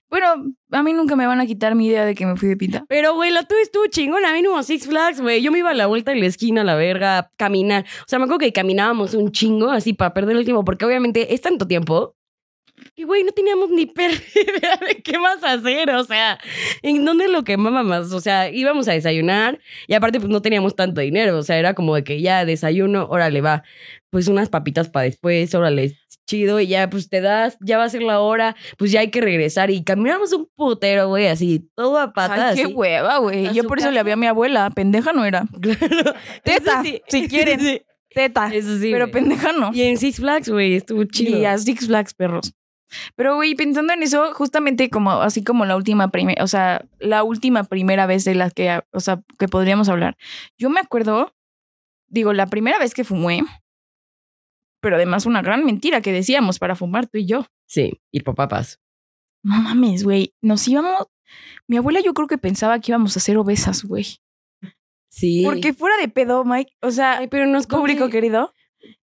Bueno, a mí nunca me van a quitar mi idea de que me fui de pinta.
Pero, güey, lo tuve estuvo chingón. A mí no hubo Six Flags, güey. Yo me iba a la vuelta de la esquina, a la verga, a caminar. O sea, me acuerdo que caminábamos un chingo así para perder el tiempo, porque obviamente es tanto tiempo. Y, güey, no teníamos ni perra idea de qué más hacer. O sea, ¿en dónde lo quemaba más? O sea, íbamos a desayunar y aparte, pues no teníamos tanto dinero. O sea, era como de que ya desayuno, órale, va. Pues unas papitas para después, órale, chido. Y ya, pues te das, ya va a ser la hora, pues ya hay que regresar. Y caminamos un putero, güey, así, todo a patas.
Ay, qué
así.
hueva, güey.
A
Yo
su
por eso
casa.
le había a mi abuela. Pendeja no era.
Claro.
Teta,
Eso sí.
si quieren.
Sí,
Teta.
Eso sí.
pero
güey.
pendeja no.
Y en Six Flags, güey, estuvo chido.
Y a Six Flags, perros. Pero, güey, pensando en eso, justamente como, así como la última primera, o sea, la última primera vez de la que, o sea, que podríamos hablar. Yo me acuerdo, digo, la primera vez que fumé, pero además una gran mentira que decíamos para fumar tú y yo.
Sí, y por papas.
No mames, güey, nos íbamos... Mi abuela yo creo que pensaba que íbamos a ser obesas, güey.
Sí.
Porque fuera de pedo, Mike, o sea,
Ay, pero nos
público querido,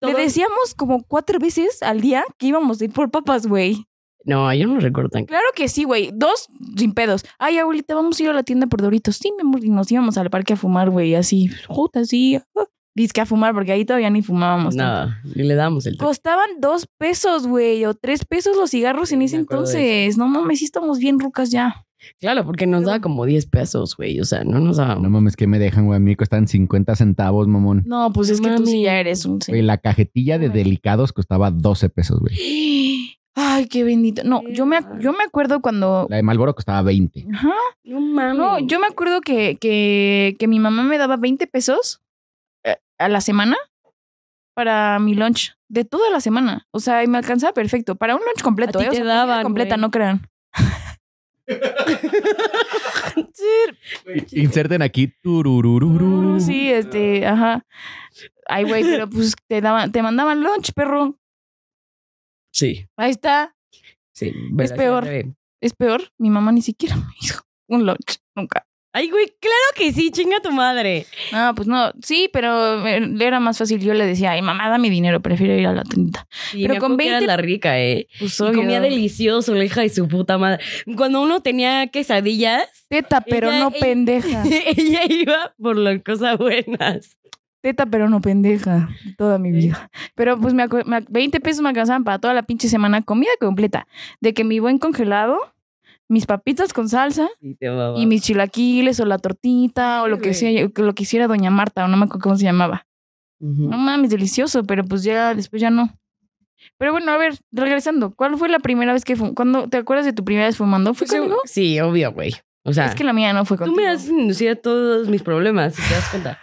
le decíamos como cuatro veces al día que íbamos a ir por papas, güey.
No, yo no recuerdo tan
Claro que sí, güey. Dos sin pedos. Ay, abuelita, vamos a ir a la tienda por Doritos. Sí, mi amor, y nos íbamos al parque a fumar, güey. Así, jota, así. ah. Dice que a fumar, porque ahí todavía ni fumábamos. tanto.
Nada, y le damos el toque.
Costaban dos pesos, güey, o tres pesos los cigarros
Sí,
en ese
me acuerdo de eso.
entonces. No mames, sí estamos bien rucas ya.
Claro, porque nos daba como 10 pesos, güey. O sea, no nos daba.
No mames, que me dejan, güey. A mí cuestan 50 centavos, mamón.
No, pues es que tú sí
Mami.
ya eres un
Güey,
señor.
la cajetilla de delicados costaba 12 pesos, güey.
Ay, qué bendito. No, yo me, ac- yo me acuerdo cuando.
La de Malboro costaba 20.
Ajá.
no mames.
No, yo me acuerdo que, que, que mi mamá me daba 20 pesos eh, a la semana para mi lunch de toda la semana. O sea, y me alcanzaba perfecto. Para un lunch completo,
A ti
¿eh? O
te
sea, comida
daban,
completa,
güey.
no crean.
Inserten aquí. tururururu.
Sí, este, ajá. Ay, güey, pero pues te daban, te mandaban lunch, perro.
Sí,
Ahí está.
sí.
Es peor. Es peor, mi mamá ni siquiera me hizo un lunch, nunca.
Ay, güey, claro que sí, chinga tu madre.
No, pues no, sí, pero eh, le era más fácil. Yo le decía, ay, mamá, da mi dinero, prefiero ir a la tienda.
Y
Pero
me
con
acuerdo que eras
20
la rica, eh.
Pues
Y comía
obvio.
delicioso, la hija de su puta madre. Cuando uno tenía quesadillas,
Teta, pero
Ella-
no
ella-
pendeja.
ella iba por las cosas buenas.
Teta, pero no pendeja. Toda mi vida. Pero pues me, acu- me ac- 20 pesos me alcanzaban para toda la pinche semana. Comida completa. De que mi buen congelado, mis papitas con salsa
Y te mamaba.
y mis chilaquiles o la tortita o lo que,
Ah. Güey.
sea, que lo que hiciera Doña Marta o no me acuerdo cómo se llamaba.
Ujú.
No mames, delicioso, pero pues ya después ya no. Pero bueno, a ver, regresando. ¿Cuál fue la primera vez que fumó? ¿Cuándo te acuerdas de tu primera vez fumando? ¿Fue conmigo?
Sí, obvio, güey. O sea,
Es que la mía no fue
Pues, tú
contigo.
me has inducido a todos mis problemas, si te das cuenta.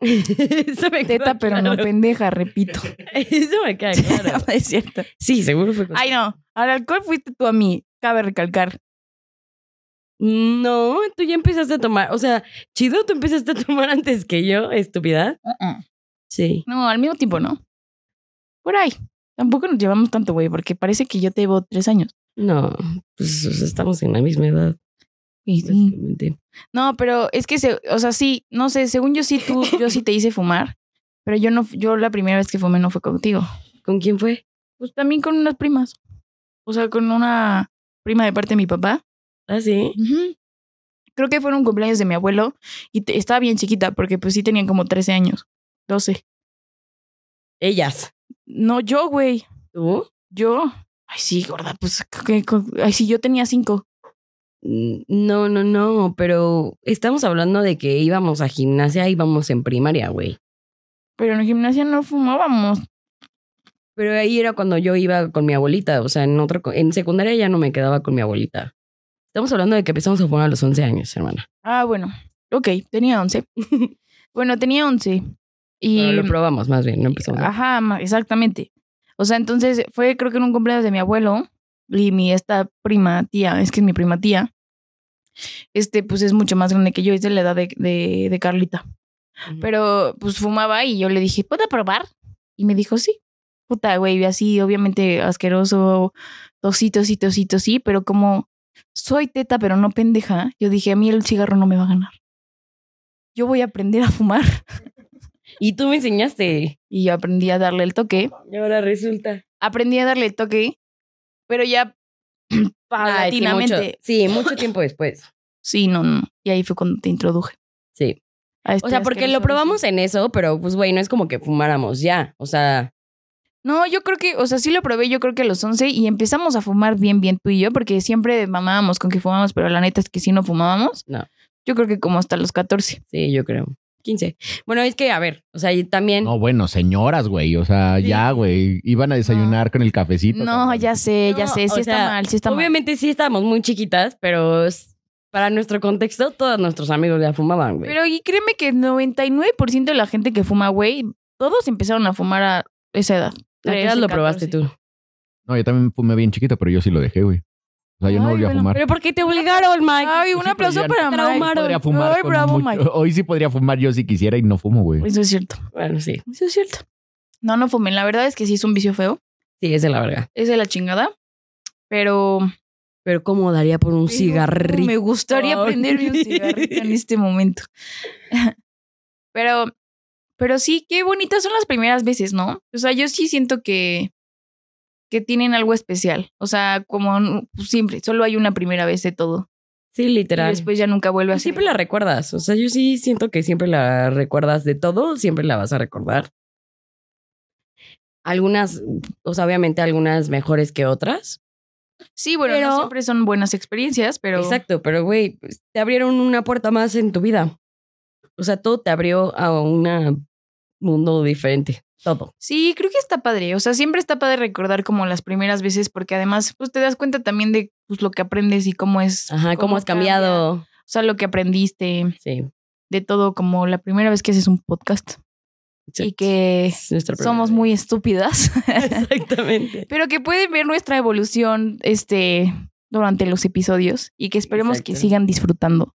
Eso me
Teta,
queda
pero no
claro.
pendeja, repito.
Eso me queda claro.
es cierto.
Sí, seguro fue con-
Ay, no. Al alcohol fuiste tú a mí. Cabe recalcar.
No, tú ya empezaste a tomar. O sea, chido, tú empezaste a tomar antes que yo, estúpida. Sí.
No, al mismo tiempo no. Por ahí. Tampoco nos llevamos tanto, güey, porque parece que yo te llevo tres años.
No, pues o sea, estamos en la misma edad,
Y Pues sí.
básicamente.
No, pero es que, se, o sea, sí, no sé, según yo sí, tú, yo sí te hice fumar, pero yo no, yo la primera vez que fumé no fue contigo.
¿Con quién fue?
Pues también con unas primas. O sea, con una prima de parte de mi papá.
Ah, sí.
Ujú. Creo que fueron cumpleaños de mi abuelo y te- estaba bien chiquita porque pues sí tenían como 13 años, 12.
Ellas.
No, yo, güey.
¿Tú?
Yo, ay sí, gorda, pues, que- que- ay sí, yo tenía cinco.
Mm, No, no, no, pero estamos hablando de que íbamos a gimnasia, íbamos en primaria, güey.
Pero en gimnasia no fumábamos.
Pero ahí era cuando yo iba con mi abuelita, o sea, en otro, co- en secundaria ya no me quedaba con mi abuelita. Estamos hablando de que empezamos a fumar a los 11 años, hermana.
Ah, bueno. Ok, tenía 11. bueno, tenía 11. Y... Ah,
Bueno, lo probamos más bien, no empezamos. a-
Ajá, ma- exactamente. O sea, entonces fue creo que en un cumpleaños de mi abuelo y mi esta prima tía, es que es mi prima tía, este pues es mucho más grande que yo, es de la edad de, de, de Carlita. Pero pues fumaba y yo le dije, ¿puedo probar? Y me dijo, sí. Puta, güey, y así, obviamente asqueroso, tosito, sí, tosito, sí, pero como soy teta, pero no pendeja, yo dije, a mí el cigarro no me va a ganar. Yo voy a aprender a fumar.
Y tú me enseñaste.
Y yo aprendí a darle el toque.
Y ahora resulta.
aprendí a darle el toque, pero
Ah,
ya Ah, paulatinamente.
sí, mucho tiempo después.
sí, no, no. Y ahí fue cuando te introduje.
Sí.
a este
O sea, porque
asqueroso
lo probamos en eso, pero pues, güey, no es como que fumáramos ya. O sea,
No, yo creo que, o sea, sí lo probé, yo creo que a los 11 y empezamos a fumar bien, bien tú y yo, porque siempre mamábamos con que fumábamos, pero la neta es que sí no fumábamos.
No.
Yo creo que como hasta los 14.
sí, yo creo. 15. Bueno, es que, a ver, o sea, y también.
No, bueno, señoras, güey. O sea,
Sí.
ya, güey. Iban a desayunar con el cafecito.
No,
cabrón.
ya sé, ya
No,
sé,
o
sí está
sea,
mal, sí está mal.
Obviamente sí estábamos muy chiquitas, pero s- para nuestro contexto, todos nuestros amigos ya fumaban, güey.
Pero y créeme que 99% de la gente que fuma, güey, todos empezaron a fumar a esa edad.
¿A qué edad
13,
lo probaste
14.
tú?
No, yo también fumé bien chiquito, pero yo sí lo dejé, güey. O sea, yo no
Ay,
volví a
bueno,
fumar.
Pero porque te obligaron, Mike.
Ay, un
Sí, pero
aplauso
ya
no-
para Mike.
Omar,
podría fumar
Ay,
con
bravo,
mucho-
Mike.
Hoy sí podría fumar yo si quisiera y no fumo, güey.
Eso es cierto.
Bueno, sí.
Eso es cierto. No, no fumen. La verdad es que sí es un vicio feo.
Sí, es de la verga.
Es de la chingada. Pero.
Pero ¿cómo daría por un cigarrito?
Me gustaría prenderme un cigarrito en este momento. Pero. Pero sí, qué bonitas son las primeras veces, ¿no? O sea, yo sí siento que. que tienen algo especial. O sea, como n- pues, siempre, solo hay una primera vez de todo.
Sí,
Y
literal.
después ya nunca vuelve a
Pero
ser.
siempre la recuerdas. O sea, yo sí siento que siempre la recuerdas de todo, siempre la vas a recordar. Algunas, o sea, obviamente algunas mejores que otras.
Sí, bueno, no
Pero-
siempre son buenas experiencias, pero.
Exacto, pero güey, pues, te abrieron una puerta más en tu vida. O sea, todo te abrió a un mundo diferente. Todo.
Sí, creo que está padre. O sea, siempre está padre recordar como las primeras veces, porque además pues, te das cuenta también de pues, lo que aprendes y cómo es.
Ajá, cómo, has
cambia.
cambiado.
O sea, lo que aprendiste,
Sí.
de todo, como la primera vez que haces un podcast y
exacto.
que
Es nuestra primera
somos
vez.
muy estúpidas,
Exactamente.
pero que pueden ver nuestra evolución este, durante los episodios y que esperemos que
Exacto.
sigan disfrutando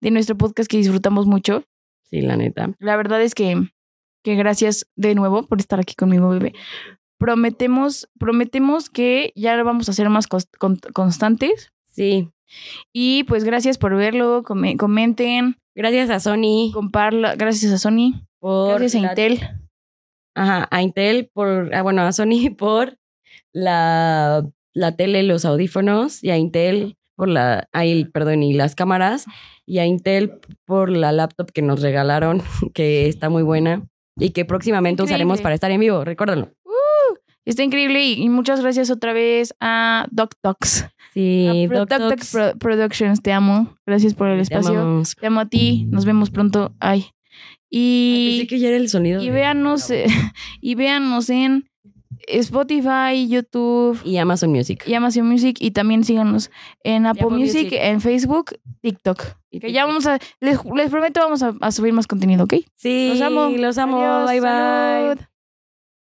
de nuestro podcast que disfrutamos mucho.
Sí, la neta.
La verdad es que, que gracias de nuevo por estar aquí conmigo, bebé. Prometemos, prometemos que ya vamos a ser más cons- con- constantes.
Sí.
Y pues gracias por verlo, come- comenten,
Gracias a Sony
comparla, gracias a Sony,
por
gracias a
la-
Intel.
Ajá, a Intel por, ah, bueno, a Sony por la, la tele, los audífonos, y a Intel por la, ay, perdón, y las cámaras, y a Intel por la laptop que nos regalaron, que está muy buena, y que próximamente usaremos
Increíble.
para estar en vivo, recuérdalo.
Está increíble y, y muchas gracias otra vez a Doc Talks.
Sí,
a Pro-
Doc
Doc
Talks,
Talks Pro- Productions, te amo. Gracias por el
te
espacio.
amamos.
Te amo a ti, nos vemos pronto. Ay. Y
Pensé que ya era el sonido.
y
de-
véanos eh, y véanos en Spotify, YouTube
Y Amazon Music.
y Amazon Music y también síganos en Apple,
Apple
Music,
Music.
en Facebook, TikTok.
Y
Que ya
TikTok.
vamos a les, les prometo vamos a, a subir más contenido, ¿ok?
Sí,
Los amo.
Los amo.
Adiós,
bye, bye.
salud.